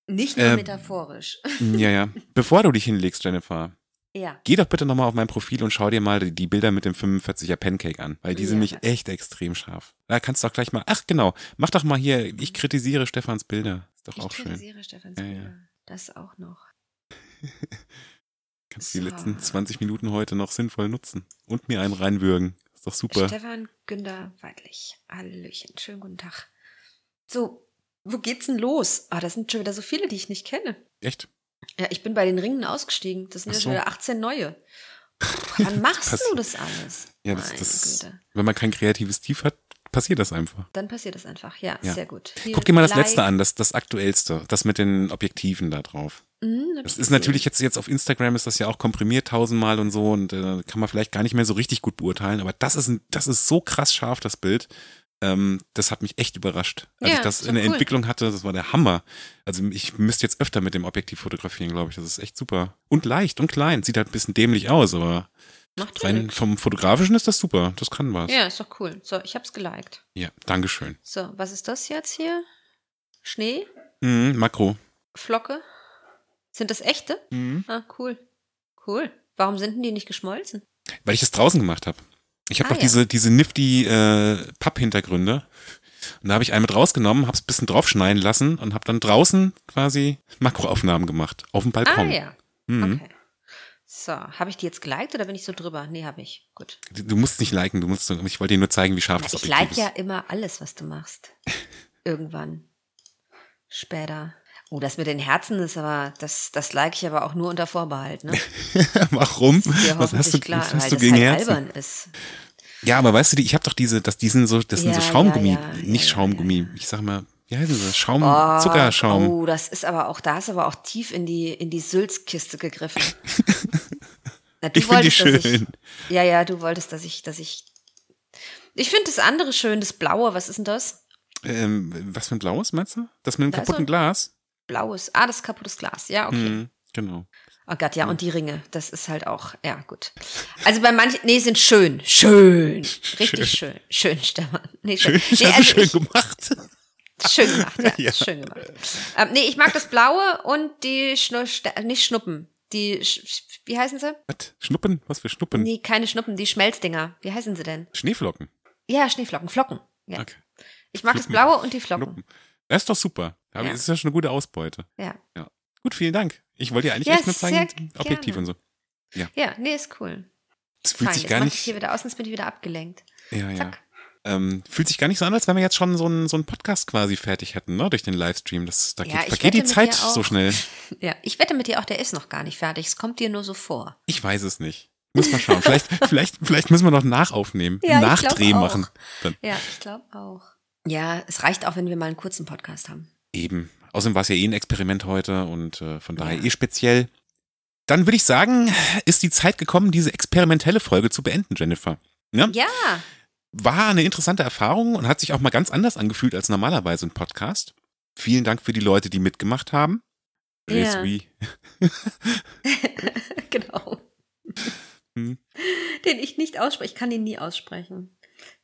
Speaker 1: Nicht nur
Speaker 2: Ähm.
Speaker 1: metaphorisch.
Speaker 2: ja, ja. Bevor du dich hinlegst, Jennifer,
Speaker 1: ja.
Speaker 2: geh doch bitte nochmal auf mein Profil und schau dir mal die- die Bilder mit dem 45er Pancake an, weil die sind
Speaker 1: Ja.
Speaker 2: mich echt extrem scharf. Da kannst du doch gleich mal, ach genau, mach doch mal hier, ich kritisiere Stefans Bilder. Ist doch
Speaker 1: Ich
Speaker 2: auch schön.
Speaker 1: kritisiere Stefan
Speaker 2: Ja, ja.
Speaker 1: Bilder. Das auch noch.
Speaker 2: Kannst du die
Speaker 1: So.
Speaker 2: letzten 20 Minuten heute noch sinnvoll nutzen und mir einen reinwürgen. Ist doch super.
Speaker 1: Stefan Günder Weidlich. Hallöchen. Schönen guten Tag. So, wo geht's denn los? Ah, das sind schon wieder so viele, die ich nicht kenne.
Speaker 2: Echt?
Speaker 1: Ja, ich bin bei den Ringen ausgestiegen. Das sind
Speaker 2: Ach
Speaker 1: ja
Speaker 2: so.
Speaker 1: schon wieder 18 neue. Wann machst du
Speaker 2: passiert.
Speaker 1: das alles?
Speaker 2: Ja, das,
Speaker 1: Meine
Speaker 2: das,
Speaker 1: Güte.
Speaker 2: wenn man kein kreatives Tief hat, passiert das einfach.
Speaker 1: Dann passiert das einfach. Ja,
Speaker 2: Ja.
Speaker 1: sehr gut.
Speaker 2: Guck dir mal das letzte an, das, das aktuellste, das mit den Objektiven da drauf.
Speaker 1: Mhm,
Speaker 2: Das ist natürlich jetzt, jetzt auf Instagram ist das ja auch komprimiert tausendmal und so und äh, kann man vielleicht gar nicht mehr so richtig gut beurteilen, aber das ist, ein, das ist so krass scharf, das Bild. Ähm, das hat mich echt überrascht. Als
Speaker 1: Ja,
Speaker 2: ich
Speaker 1: ist
Speaker 2: das
Speaker 1: doch
Speaker 2: in der
Speaker 1: cool.
Speaker 2: Entwicklung hatte, das war der Hammer. Also ich müsste jetzt öfter mit dem Objektiv fotografieren, glaube ich. Das ist echt super. Und leicht und klein. Sieht halt ein bisschen dämlich aus, aber
Speaker 1: Macht ja
Speaker 2: rein
Speaker 1: nix.
Speaker 2: vom Fotografischen ist das super. Das kann was.
Speaker 1: Ja, ist doch cool. So, ich hab's geliked.
Speaker 2: ja Dankeschön.
Speaker 1: So, was ist das jetzt hier? Schnee?
Speaker 2: Mhm, Makro.
Speaker 1: Flocke? Sind das echte?
Speaker 2: Mhm.
Speaker 1: Ah, cool. Cool. Warum sind denn die nicht geschmolzen?
Speaker 2: Weil ich das draußen gemacht habe. Ich habe
Speaker 1: Ah,
Speaker 2: noch
Speaker 1: ja.
Speaker 2: diese, diese nifty äh, Papphintergründe. Und da habe ich einen mit rausgenommen, habe es ein bisschen draufschneiden lassen und habe dann draußen quasi Makroaufnahmen gemacht. Auf dem
Speaker 1: Ah
Speaker 2: Balkon.
Speaker 1: ja,
Speaker 2: Mhm.
Speaker 1: okay. So, habe ich die jetzt geliked oder bin ich so drüber? Nee, habe ich. Gut.
Speaker 2: Du, du musst nicht liken, du musst, ich wollte dir nur zeigen, wie scharf
Speaker 1: Na,
Speaker 2: das
Speaker 1: ich
Speaker 2: Objektiv
Speaker 1: like
Speaker 2: ist.
Speaker 1: ja immer alles, was du machst. Irgendwann. Später. Oh, das mit den Herzen ist aber, das, das like ich aber auch nur unter Vorbehalt, ne?
Speaker 2: Warum?
Speaker 1: Dir
Speaker 2: Was hast du,
Speaker 1: hoffentlich klar,
Speaker 2: was
Speaker 1: weil
Speaker 2: hast du
Speaker 1: das
Speaker 2: gegen
Speaker 1: halt
Speaker 2: Herzen? Hm,
Speaker 1: albern ist.
Speaker 2: Ja, aber weißt du, die- ich habe doch diese, das, die sind so, das sind
Speaker 1: Ja,
Speaker 2: so Schaumgummi,
Speaker 1: ja, ja,
Speaker 2: nicht
Speaker 1: ja,
Speaker 2: Schaumgummi. Ich sag mal, wie heißen sie? Schaum,
Speaker 1: Oh,
Speaker 2: Zuckerschaum.
Speaker 1: Oh, das ist aber auch, da ist aber auch tief in die, in die Sülzkiste gegriffen. Na, du
Speaker 2: Ich find die
Speaker 1: wolltest, dass
Speaker 2: schön.
Speaker 1: Ich, ja, ja, du wolltest, dass ich, dass ich. Ich finde das andere schön, das Blaue, was ist denn das?
Speaker 2: Ähm, was für ein blaues, meinst du? Das mit dem
Speaker 1: Da ist
Speaker 2: kaputten
Speaker 1: so-
Speaker 2: Glas?
Speaker 1: Blaues. Ah, das ist kaputtes Glas. Ja, okay.
Speaker 2: Mhm, genau.
Speaker 1: Oh Gott, ja, und die Ringe, das ist halt auch, ja, gut. Also bei manchen, nee, sind schön, schön, richtig schön, schön, Stefan. Nee,
Speaker 2: Schön,
Speaker 1: Nee,
Speaker 2: hast du
Speaker 1: also
Speaker 2: schön
Speaker 1: ich,
Speaker 2: gemacht.
Speaker 1: schön gemacht, ja,
Speaker 2: Ja.
Speaker 1: schön gemacht. Ähm, nee, ich mag das Blaue und die Schnu Sta- nicht Schnuppen, die, Sch Sch- wie heißen sie?
Speaker 2: Was? Schnuppen? Was für Schnuppen?
Speaker 1: Nee, keine Schnuppen, die Schmelzdinger. Wie heißen sie denn?
Speaker 2: Schneeflocken.
Speaker 1: Ja, Schneeflocken, Flocken. Ja.
Speaker 2: Okay.
Speaker 1: Ich mag das
Speaker 2: Fluppen.
Speaker 1: Blaue und die Flocken.
Speaker 2: Ah, Schnuppen. Das ist doch super. Aber
Speaker 1: Ja.
Speaker 2: Das ist ja schon eine gute Ausbeute.
Speaker 1: Ja.
Speaker 2: Gut, vielen Dank. Ich wollte dir eigentlich
Speaker 1: Ja,
Speaker 2: echt nur zeigen,
Speaker 1: sehr
Speaker 2: Objektiv
Speaker 1: gerne.
Speaker 2: und so.
Speaker 1: ja, nee, ist cool.
Speaker 2: Es fühlt
Speaker 1: Fein,
Speaker 2: sich
Speaker 1: jetzt
Speaker 2: gar
Speaker 1: mach ich
Speaker 2: nicht.
Speaker 1: hier wieder aus, sonst bin ich wieder abgelenkt.
Speaker 2: Ja, ja.
Speaker 1: Zack.
Speaker 2: Ähm, fühlt sich gar nicht so an, als wenn wir jetzt schon so einen, so einen Podcast quasi fertig hätten, ne? Durch den Livestream. Das, da geht,
Speaker 1: Ja, ich
Speaker 2: vergeht die
Speaker 1: wette mit
Speaker 2: Zeit
Speaker 1: dir auch.
Speaker 2: so schnell.
Speaker 1: Ja, ich wette mit dir auch, der ist noch gar nicht fertig. Es kommt dir nur so vor.
Speaker 2: Ich weiß es nicht. Muss mal schauen. Vielleicht, vielleicht, vielleicht müssen wir noch nachaufnehmen.
Speaker 1: Ja,
Speaker 2: einen
Speaker 1: ich glaub
Speaker 2: Nachdreh
Speaker 1: auch.
Speaker 2: machen. Dann
Speaker 1: Ja, ich glaube auch. Ja, es reicht auch, wenn wir mal einen kurzen Podcast haben.
Speaker 2: eben. Außerdem war es ja eh ein Experiment heute und äh, von daher
Speaker 1: Ja.
Speaker 2: eh speziell. Dann würde ich sagen, ist die Zeit gekommen, diese experimentelle Folge zu beenden, Jennifer. Ja?
Speaker 1: Ja,
Speaker 2: War eine interessante Erfahrung und hat sich auch mal ganz anders angefühlt als normalerweise ein Podcast. Vielen Dank für die Leute, die mitgemacht haben.
Speaker 1: Ja.
Speaker 2: Yes, we.
Speaker 1: genau.
Speaker 2: Hm.
Speaker 1: Den ich nicht ausspreche. Ich kann ihn nie aussprechen.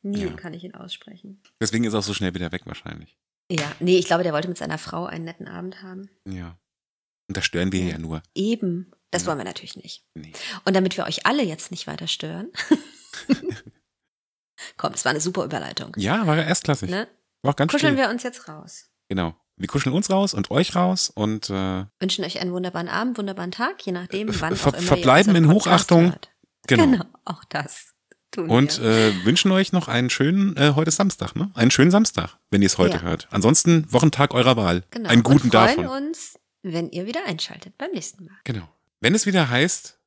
Speaker 1: Nie
Speaker 2: Ja.
Speaker 1: kann ich ihn aussprechen.
Speaker 2: Deswegen ist er auch so schnell wieder weg wahrscheinlich.
Speaker 1: Ja, nee, ich glaube, der wollte mit seiner Frau einen netten Abend haben.
Speaker 2: Ja. Und da stören wir ja nur.
Speaker 1: Eben. Das
Speaker 2: Ja.
Speaker 1: wollen wir natürlich nicht.
Speaker 2: Nee.
Speaker 1: Und damit wir euch alle jetzt nicht weiter stören. Komm, das war eine super Überleitung.
Speaker 2: Ja, war ja erstklassig.
Speaker 1: Ne?
Speaker 2: War auch ganz
Speaker 1: Kuscheln
Speaker 2: schön.
Speaker 1: wir uns jetzt raus.
Speaker 2: Genau. Wir kuscheln uns raus und euch raus und äh,
Speaker 1: Wünschen euch einen wunderbaren Abend, wunderbaren Tag, je nachdem,
Speaker 2: Ver-
Speaker 1: wann
Speaker 2: ver-
Speaker 1: auch immer
Speaker 2: verbleiben
Speaker 1: ihr
Speaker 2: in
Speaker 1: unseren Podcast
Speaker 2: Hochachtung.
Speaker 1: Hört.
Speaker 2: genau.
Speaker 1: Genau, auch das tun
Speaker 2: Und
Speaker 1: wir.
Speaker 2: äh, wünschen euch noch einen schönen, äh, heute ist Samstag, ne? Einen schönen Samstag, wenn ihr es heute
Speaker 1: Ja.
Speaker 2: hört. Ansonsten Wochentag eurer Wahl.
Speaker 1: Genau.
Speaker 2: Einen guten
Speaker 1: und freuen
Speaker 2: davon.
Speaker 1: uns, wenn ihr wieder einschaltet beim nächsten Mal.
Speaker 2: Genau. Wenn es wieder heißt,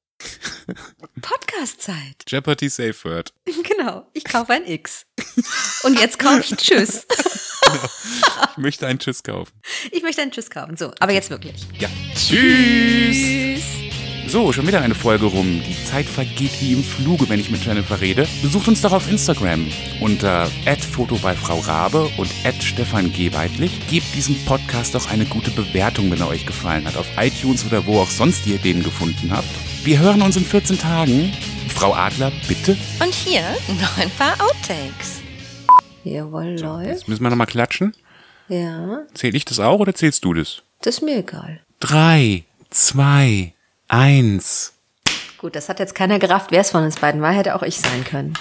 Speaker 1: Podcast-Zeit.
Speaker 2: Jeopardy Safe Word.
Speaker 1: Genau. Ich kaufe ein X. Und jetzt kaufe ich ein Tschüss.
Speaker 2: Ich möchte einen Tschüss kaufen.
Speaker 1: Ich möchte ein Tschüss kaufen. So, aber jetzt wirklich.
Speaker 2: Ja. Tschüss.
Speaker 1: Tschüss.
Speaker 2: So, schon wieder eine Folge rum. Die Zeit vergeht wie im Fluge, wenn ich mit Jennifer rede. Besucht uns doch auf Instagram unter @foto bei Frau Rabe und Stefan Geweitlich. Gebt diesem Podcast doch eine gute Bewertung, wenn er euch gefallen hat, auf iTunes oder wo auch sonst ihr den gefunden habt. Wir hören uns in 14 Tagen. Frau Adler, bitte.
Speaker 3: Und hier noch ein paar Outtakes.
Speaker 1: Jawohl, läuft.
Speaker 2: Jetzt müssen wir nochmal klatschen.
Speaker 1: Ja,
Speaker 2: Zähl ich das auch oder zählst du das?
Speaker 1: das ist mir egal.
Speaker 2: Drei, zwei, eins.
Speaker 1: Gut, das hat jetzt keiner gerafft, wer es von uns beiden war. Hätte auch ich sein können.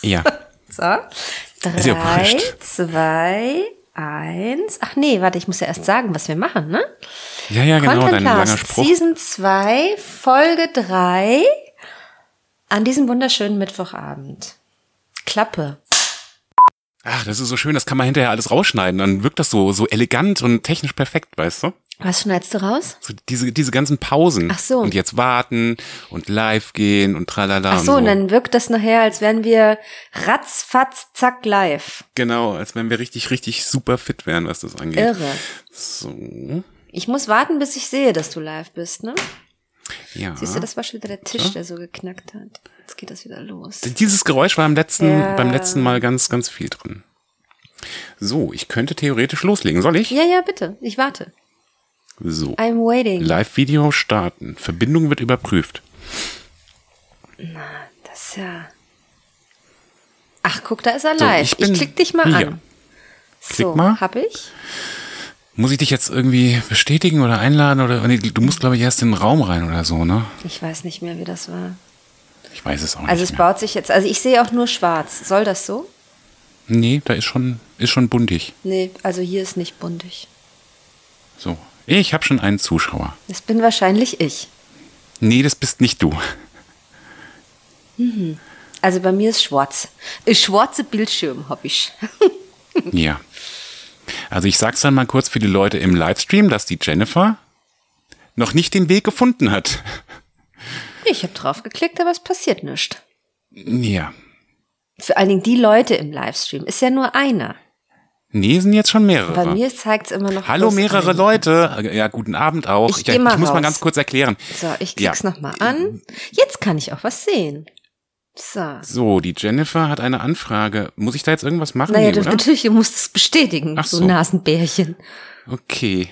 Speaker 2: Ja.
Speaker 1: So. Drei,
Speaker 2: ja wurscht.
Speaker 1: zwei, eins. Ach nee, warte, ich muss ja erst sagen, was wir machen, ne?
Speaker 2: Ja, ja, genau, dein
Speaker 1: Content
Speaker 2: langer
Speaker 1: Blast,
Speaker 2: Spruch.
Speaker 1: Season 2, Folge 3, an diesem wunderschönen Mittwochabend. Klappe.
Speaker 2: Ach, das ist so schön, das kann man hinterher alles rausschneiden. Dann wirkt das so, so elegant und technisch perfekt, weißt du?
Speaker 1: Was schneidest du raus?
Speaker 2: So diese, diese ganzen Pausen.
Speaker 1: Ach so.
Speaker 2: Und jetzt warten und live gehen und tralala.
Speaker 1: Ach so,
Speaker 2: und
Speaker 1: und dann wirkt das nachher, als wären wir ratzfatz, zack, live.
Speaker 2: Genau, als wenn wir richtig, richtig super fit wären, was das angeht.
Speaker 1: Irre.
Speaker 2: So,
Speaker 1: Ich muss warten, bis ich sehe, dass du live bist, ne?
Speaker 2: ja.
Speaker 1: Siehst du, das war schon wieder der Tisch, der so geknackt hat. Jetzt geht das wieder los.
Speaker 2: Dieses Geräusch war im letzten,
Speaker 1: Ja.
Speaker 2: beim letzten Mal ganz, ganz viel drin. So, ich könnte theoretisch loslegen. Soll ich?
Speaker 1: Ja, ja, bitte. Ich warte.
Speaker 2: So.
Speaker 1: I'm waiting.
Speaker 2: Live-Video starten. Verbindung wird überprüft.
Speaker 1: Das ist ja. Ach, guck, da ist er
Speaker 2: So,
Speaker 1: live.
Speaker 2: ich
Speaker 1: ich,
Speaker 2: bin-
Speaker 1: klick dich mal
Speaker 2: Ja.
Speaker 1: an.
Speaker 2: Klick
Speaker 1: so,
Speaker 2: mal.
Speaker 1: hab ich?
Speaker 2: Muss ich dich jetzt irgendwie bestätigen oder einladen oder nee, du musst glaube ich erst in den Raum rein oder so, ne?
Speaker 1: Ich weiß nicht mehr, wie das war.
Speaker 2: Ich weiß es auch
Speaker 1: Also
Speaker 2: nicht.
Speaker 1: es
Speaker 2: mehr.
Speaker 1: baut sich jetzt, also ich sehe auch nur schwarz. Soll das so?
Speaker 2: Nee, da ist schon ist schon buntig.
Speaker 1: Nee, also hier ist nicht buntig.
Speaker 2: So. Ich habe schon einen Zuschauer.
Speaker 1: Das bin wahrscheinlich ich.
Speaker 2: Nee, das bist nicht du.
Speaker 1: Also bei mir ist schwarz. Äh, Schwarze Bildschirm habe ich.
Speaker 2: Ja. Also ich sag's dann mal kurz für die Leute im Livestream, dass die Jennifer noch nicht den Weg gefunden hat.
Speaker 1: Ich habe drauf geklickt, aber es passiert nichts.
Speaker 2: Ja.
Speaker 1: Vor allen Dingen die Leute im Livestream. Ist ja nur einer.
Speaker 2: Nee, sind jetzt schon
Speaker 1: Bei
Speaker 2: mehrere.
Speaker 1: mir zeigt es immer noch.
Speaker 2: Hallo
Speaker 1: bloß
Speaker 2: mehrere
Speaker 1: einen.
Speaker 2: Leute. Ja, guten Abend auch.
Speaker 1: Ich geh mal
Speaker 2: muss mal
Speaker 1: raus.
Speaker 2: ganz kurz erklären.
Speaker 1: So, ich
Speaker 2: Ja.
Speaker 1: klick's noch nochmal an. Jetzt kann ich auch was sehen. So.
Speaker 2: So, die Jennifer hat eine Anfrage. Muss ich da jetzt irgendwas machen?
Speaker 1: Naja,
Speaker 2: nee,
Speaker 1: du,
Speaker 2: oder?
Speaker 1: natürlich, du musst es bestätigen,
Speaker 2: Ach
Speaker 1: so,
Speaker 2: so.
Speaker 1: Nasenbärchen.
Speaker 2: Okay.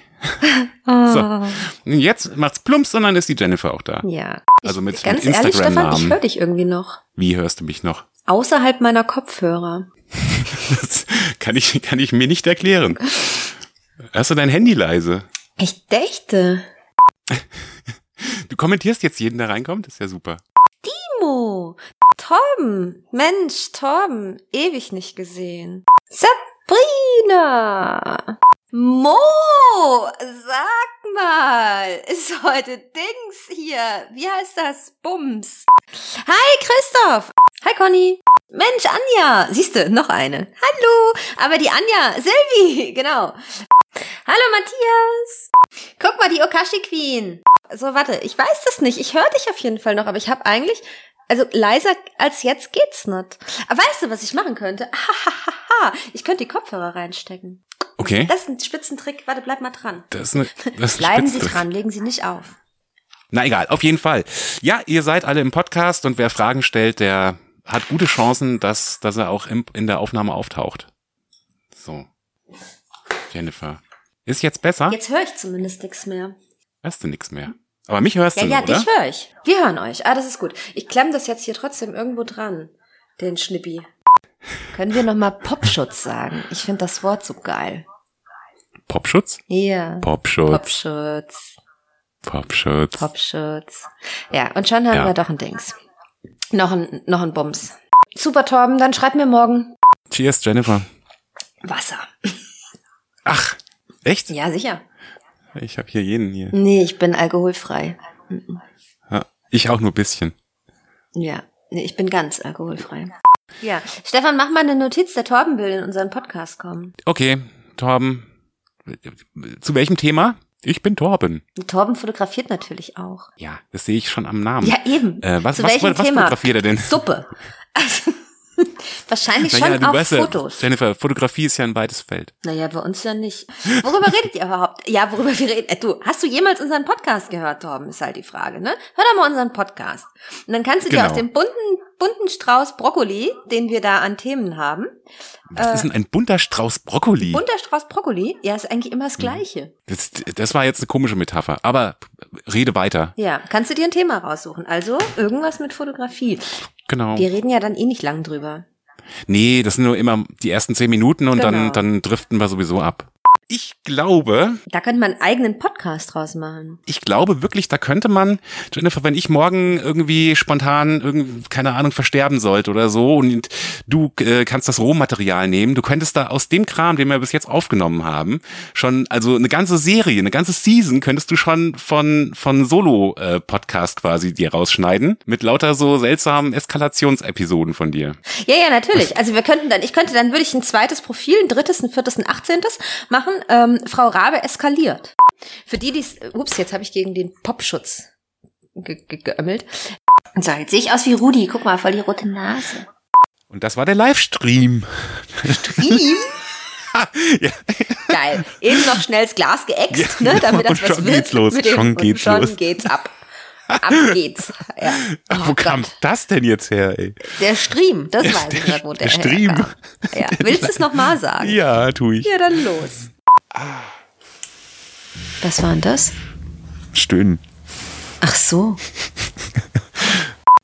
Speaker 2: so. Jetzt macht's plumps und dann ist die Jennifer auch da.
Speaker 1: Ah. Ja.
Speaker 2: Also
Speaker 1: Ich-
Speaker 2: mit-
Speaker 1: Ganz
Speaker 2: mit
Speaker 1: ehrlich, Stefan, ich
Speaker 2: Instagram-Namen.
Speaker 1: höre dich irgendwie noch.
Speaker 2: Wie hörst du mich noch?
Speaker 1: Außerhalb meiner Kopfhörer.
Speaker 2: Das kann ich, kann ich mir nicht erklären. Hast du dein Handy leise?
Speaker 1: Ich dächte.
Speaker 2: Du kommentierst jetzt jeden, der reinkommt? Das ist ja super.
Speaker 1: Timo. Torben. Mensch, Torben. Ewig nicht gesehen. Sabrina. Mo, sag mal, ist heute Dings hier. Wie heißt das? Bums. Hi, Christoph. Hi, Conny. Mensch, Anja. Siehste, noch eine. Hallo. Aber die Anja, Silvi, genau. Hallo, Matthias. Guck mal, die Okashi Queen. So, warte, ich weiß das nicht. Ich höre dich auf jeden Fall noch, aber ich habe eigentlich, also leiser als jetzt geht's nicht. Aber weißt du, was ich machen könnte? Hahaha, ich könnte die Kopfhörer reinstecken.
Speaker 2: Okay.
Speaker 1: Das ist ein Spitzentrick. Warte, bleib mal dran.
Speaker 2: Das ist eine, das ist ein
Speaker 1: Bleiben Sie
Speaker 2: Spitzentrick.
Speaker 1: dran, legen Sie nicht auf.
Speaker 2: Na egal, auf jeden Fall. Ja, ihr seid alle im Podcast und wer Fragen stellt, der hat gute Chancen, dass, dass er auch im, in der Aufnahme auftaucht. So. Jennifer. Ist jetzt besser?
Speaker 1: Jetzt höre ich zumindest nichts mehr.
Speaker 2: Hörst du nichts mehr. Aber mich hörst
Speaker 1: Ja,
Speaker 2: du,
Speaker 1: ja,
Speaker 2: noch, oder?
Speaker 1: dich höre ich. Wir hören euch. Ah, das ist gut. Ich klemme das jetzt hier trotzdem irgendwo dran, den Schnippi. Können wir nochmal Popschutz sagen? Ich finde das Wort so geil.
Speaker 2: Popschutz?
Speaker 1: Ja.
Speaker 2: Popschutz.
Speaker 1: Popschutz.
Speaker 2: Popschutz.
Speaker 1: Popschutz. Ja, und schon haben
Speaker 2: Ja.
Speaker 1: wir doch ein Dings. Noch ein, noch ein Bums. Super, Torben, dann schreib mir morgen
Speaker 2: Cheers, Jennifer.
Speaker 1: Wasser.
Speaker 2: Ach, echt?
Speaker 1: Ja, sicher.
Speaker 2: Ich habe hier jeden hier.
Speaker 1: Nee, ich bin alkoholfrei.
Speaker 2: Ja, ich auch nur ein bisschen.
Speaker 1: Ja, nee, ich bin ganz alkoholfrei. Ja, Stefan, mach mal eine Notiz, der Torben will in unseren Podcast kommen.
Speaker 2: Okay, Torben. Zu welchem Thema? Ich bin Torben.
Speaker 1: Und Torben fotografiert natürlich auch.
Speaker 2: Ja, das sehe ich schon am Namen.
Speaker 1: Ja, eben.
Speaker 2: Äh, was,
Speaker 1: Zu
Speaker 2: was,
Speaker 1: welchem
Speaker 2: was, was
Speaker 1: Thema?
Speaker 2: fotografiert er denn?
Speaker 1: Suppe. Also, wahrscheinlich schon
Speaker 2: du
Speaker 1: auch
Speaker 2: weißt ja,
Speaker 1: Fotos.
Speaker 2: Jennifer, Fotografie ist ja ein weites Feld.
Speaker 1: Naja, bei uns ja nicht. Worüber redet ihr überhaupt? Ja, worüber wir reden. Äh, Du, hast du jemals unseren Podcast gehört, Torben? Ist halt die Frage, ne? Hör doch mal unseren Podcast. Und dann kannst du dir
Speaker 2: Genau.
Speaker 1: aus dem bunten, bunten Strauß Brokkoli, den wir da an Themen haben,
Speaker 2: Was
Speaker 1: Äh.
Speaker 2: ist denn ein bunter Strauß Brokkoli?
Speaker 1: bunter Strauß Brokkoli, ja, ist eigentlich immer das Gleiche.
Speaker 2: Das, das war jetzt eine komische Metapher, aber rede weiter.
Speaker 1: Ja, kannst du dir ein Thema raussuchen. Also irgendwas mit Fotografie.
Speaker 2: Genau.
Speaker 1: Wir reden ja dann eh nicht lang drüber.
Speaker 2: Nee, das sind nur immer die ersten zehn Minuten und
Speaker 1: Genau.
Speaker 2: dann, dann driften wir sowieso ab. Ich glaube,
Speaker 1: Da könnte man einen eigenen Podcast draus machen.
Speaker 2: ich glaube wirklich, da könnte man, Jennifer, wenn ich morgen irgendwie spontan, irgend, keine Ahnung, versterben sollte oder so und du äh, kannst das Rohmaterial nehmen, du könntest da aus dem Kram, den wir bis jetzt aufgenommen haben, schon, also eine ganze Serie, eine ganze Season könntest du schon von, von Solo-Podcast quasi dir rausschneiden, mit lauter so seltsamen Eskalationsepisoden von dir.
Speaker 1: Ja, ja, natürlich. Also wir könnten dann, ich könnte dann, würde ich ein zweites Profil, ein drittes, ein viertes, ein achtzehntes machen. Ähm, Frau Rabe eskaliert. Für die, die es, ups, jetzt habe ich gegen den Popschutz ge- ge- geömmelt. So, jetzt sehe ich aus wie Rudi. Guck mal, voll die rote Nase.
Speaker 2: Und das war der Livestream.
Speaker 1: Ihm?
Speaker 2: Ja.
Speaker 1: Geil. Eben noch schnell das Glas geäxt, ne, damit das was
Speaker 2: und genau. schon
Speaker 1: wird.
Speaker 2: geht's los,
Speaker 1: mit dem-
Speaker 2: schon
Speaker 1: und
Speaker 2: geht's
Speaker 1: schon
Speaker 2: los.
Speaker 1: geht's ab. Ab geht's. Ja. Oh
Speaker 2: Wo kam
Speaker 1: Gott.
Speaker 2: das denn jetzt her, ey?
Speaker 1: Der Stream, das weiß ich nicht, wo der,
Speaker 2: der Stream.
Speaker 1: herkam. Ja. Willst du es nochmal sagen?
Speaker 2: Ja, tu ich.
Speaker 1: Ja, dann los. Was war denn das?
Speaker 2: Stöhnen.
Speaker 1: Ach so.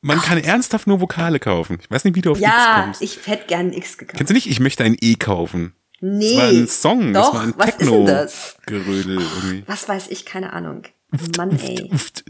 Speaker 2: Man kann ernsthaft nur Vokale kaufen. Ich weiß nicht, wie du auf X
Speaker 1: Ja,
Speaker 2: kommst.
Speaker 1: ich hätte gern ein X gekauft.
Speaker 2: Kennst du nicht? Ich möchte ein E kaufen.
Speaker 1: Nee.
Speaker 2: Das war ein Song,
Speaker 1: E. Doch,
Speaker 2: das war ein
Speaker 1: was ist denn das?
Speaker 2: Techno-Gerödel irgendwie.
Speaker 1: Was weiß ich, keine Ahnung. Mann, ey.
Speaker 2: Uft.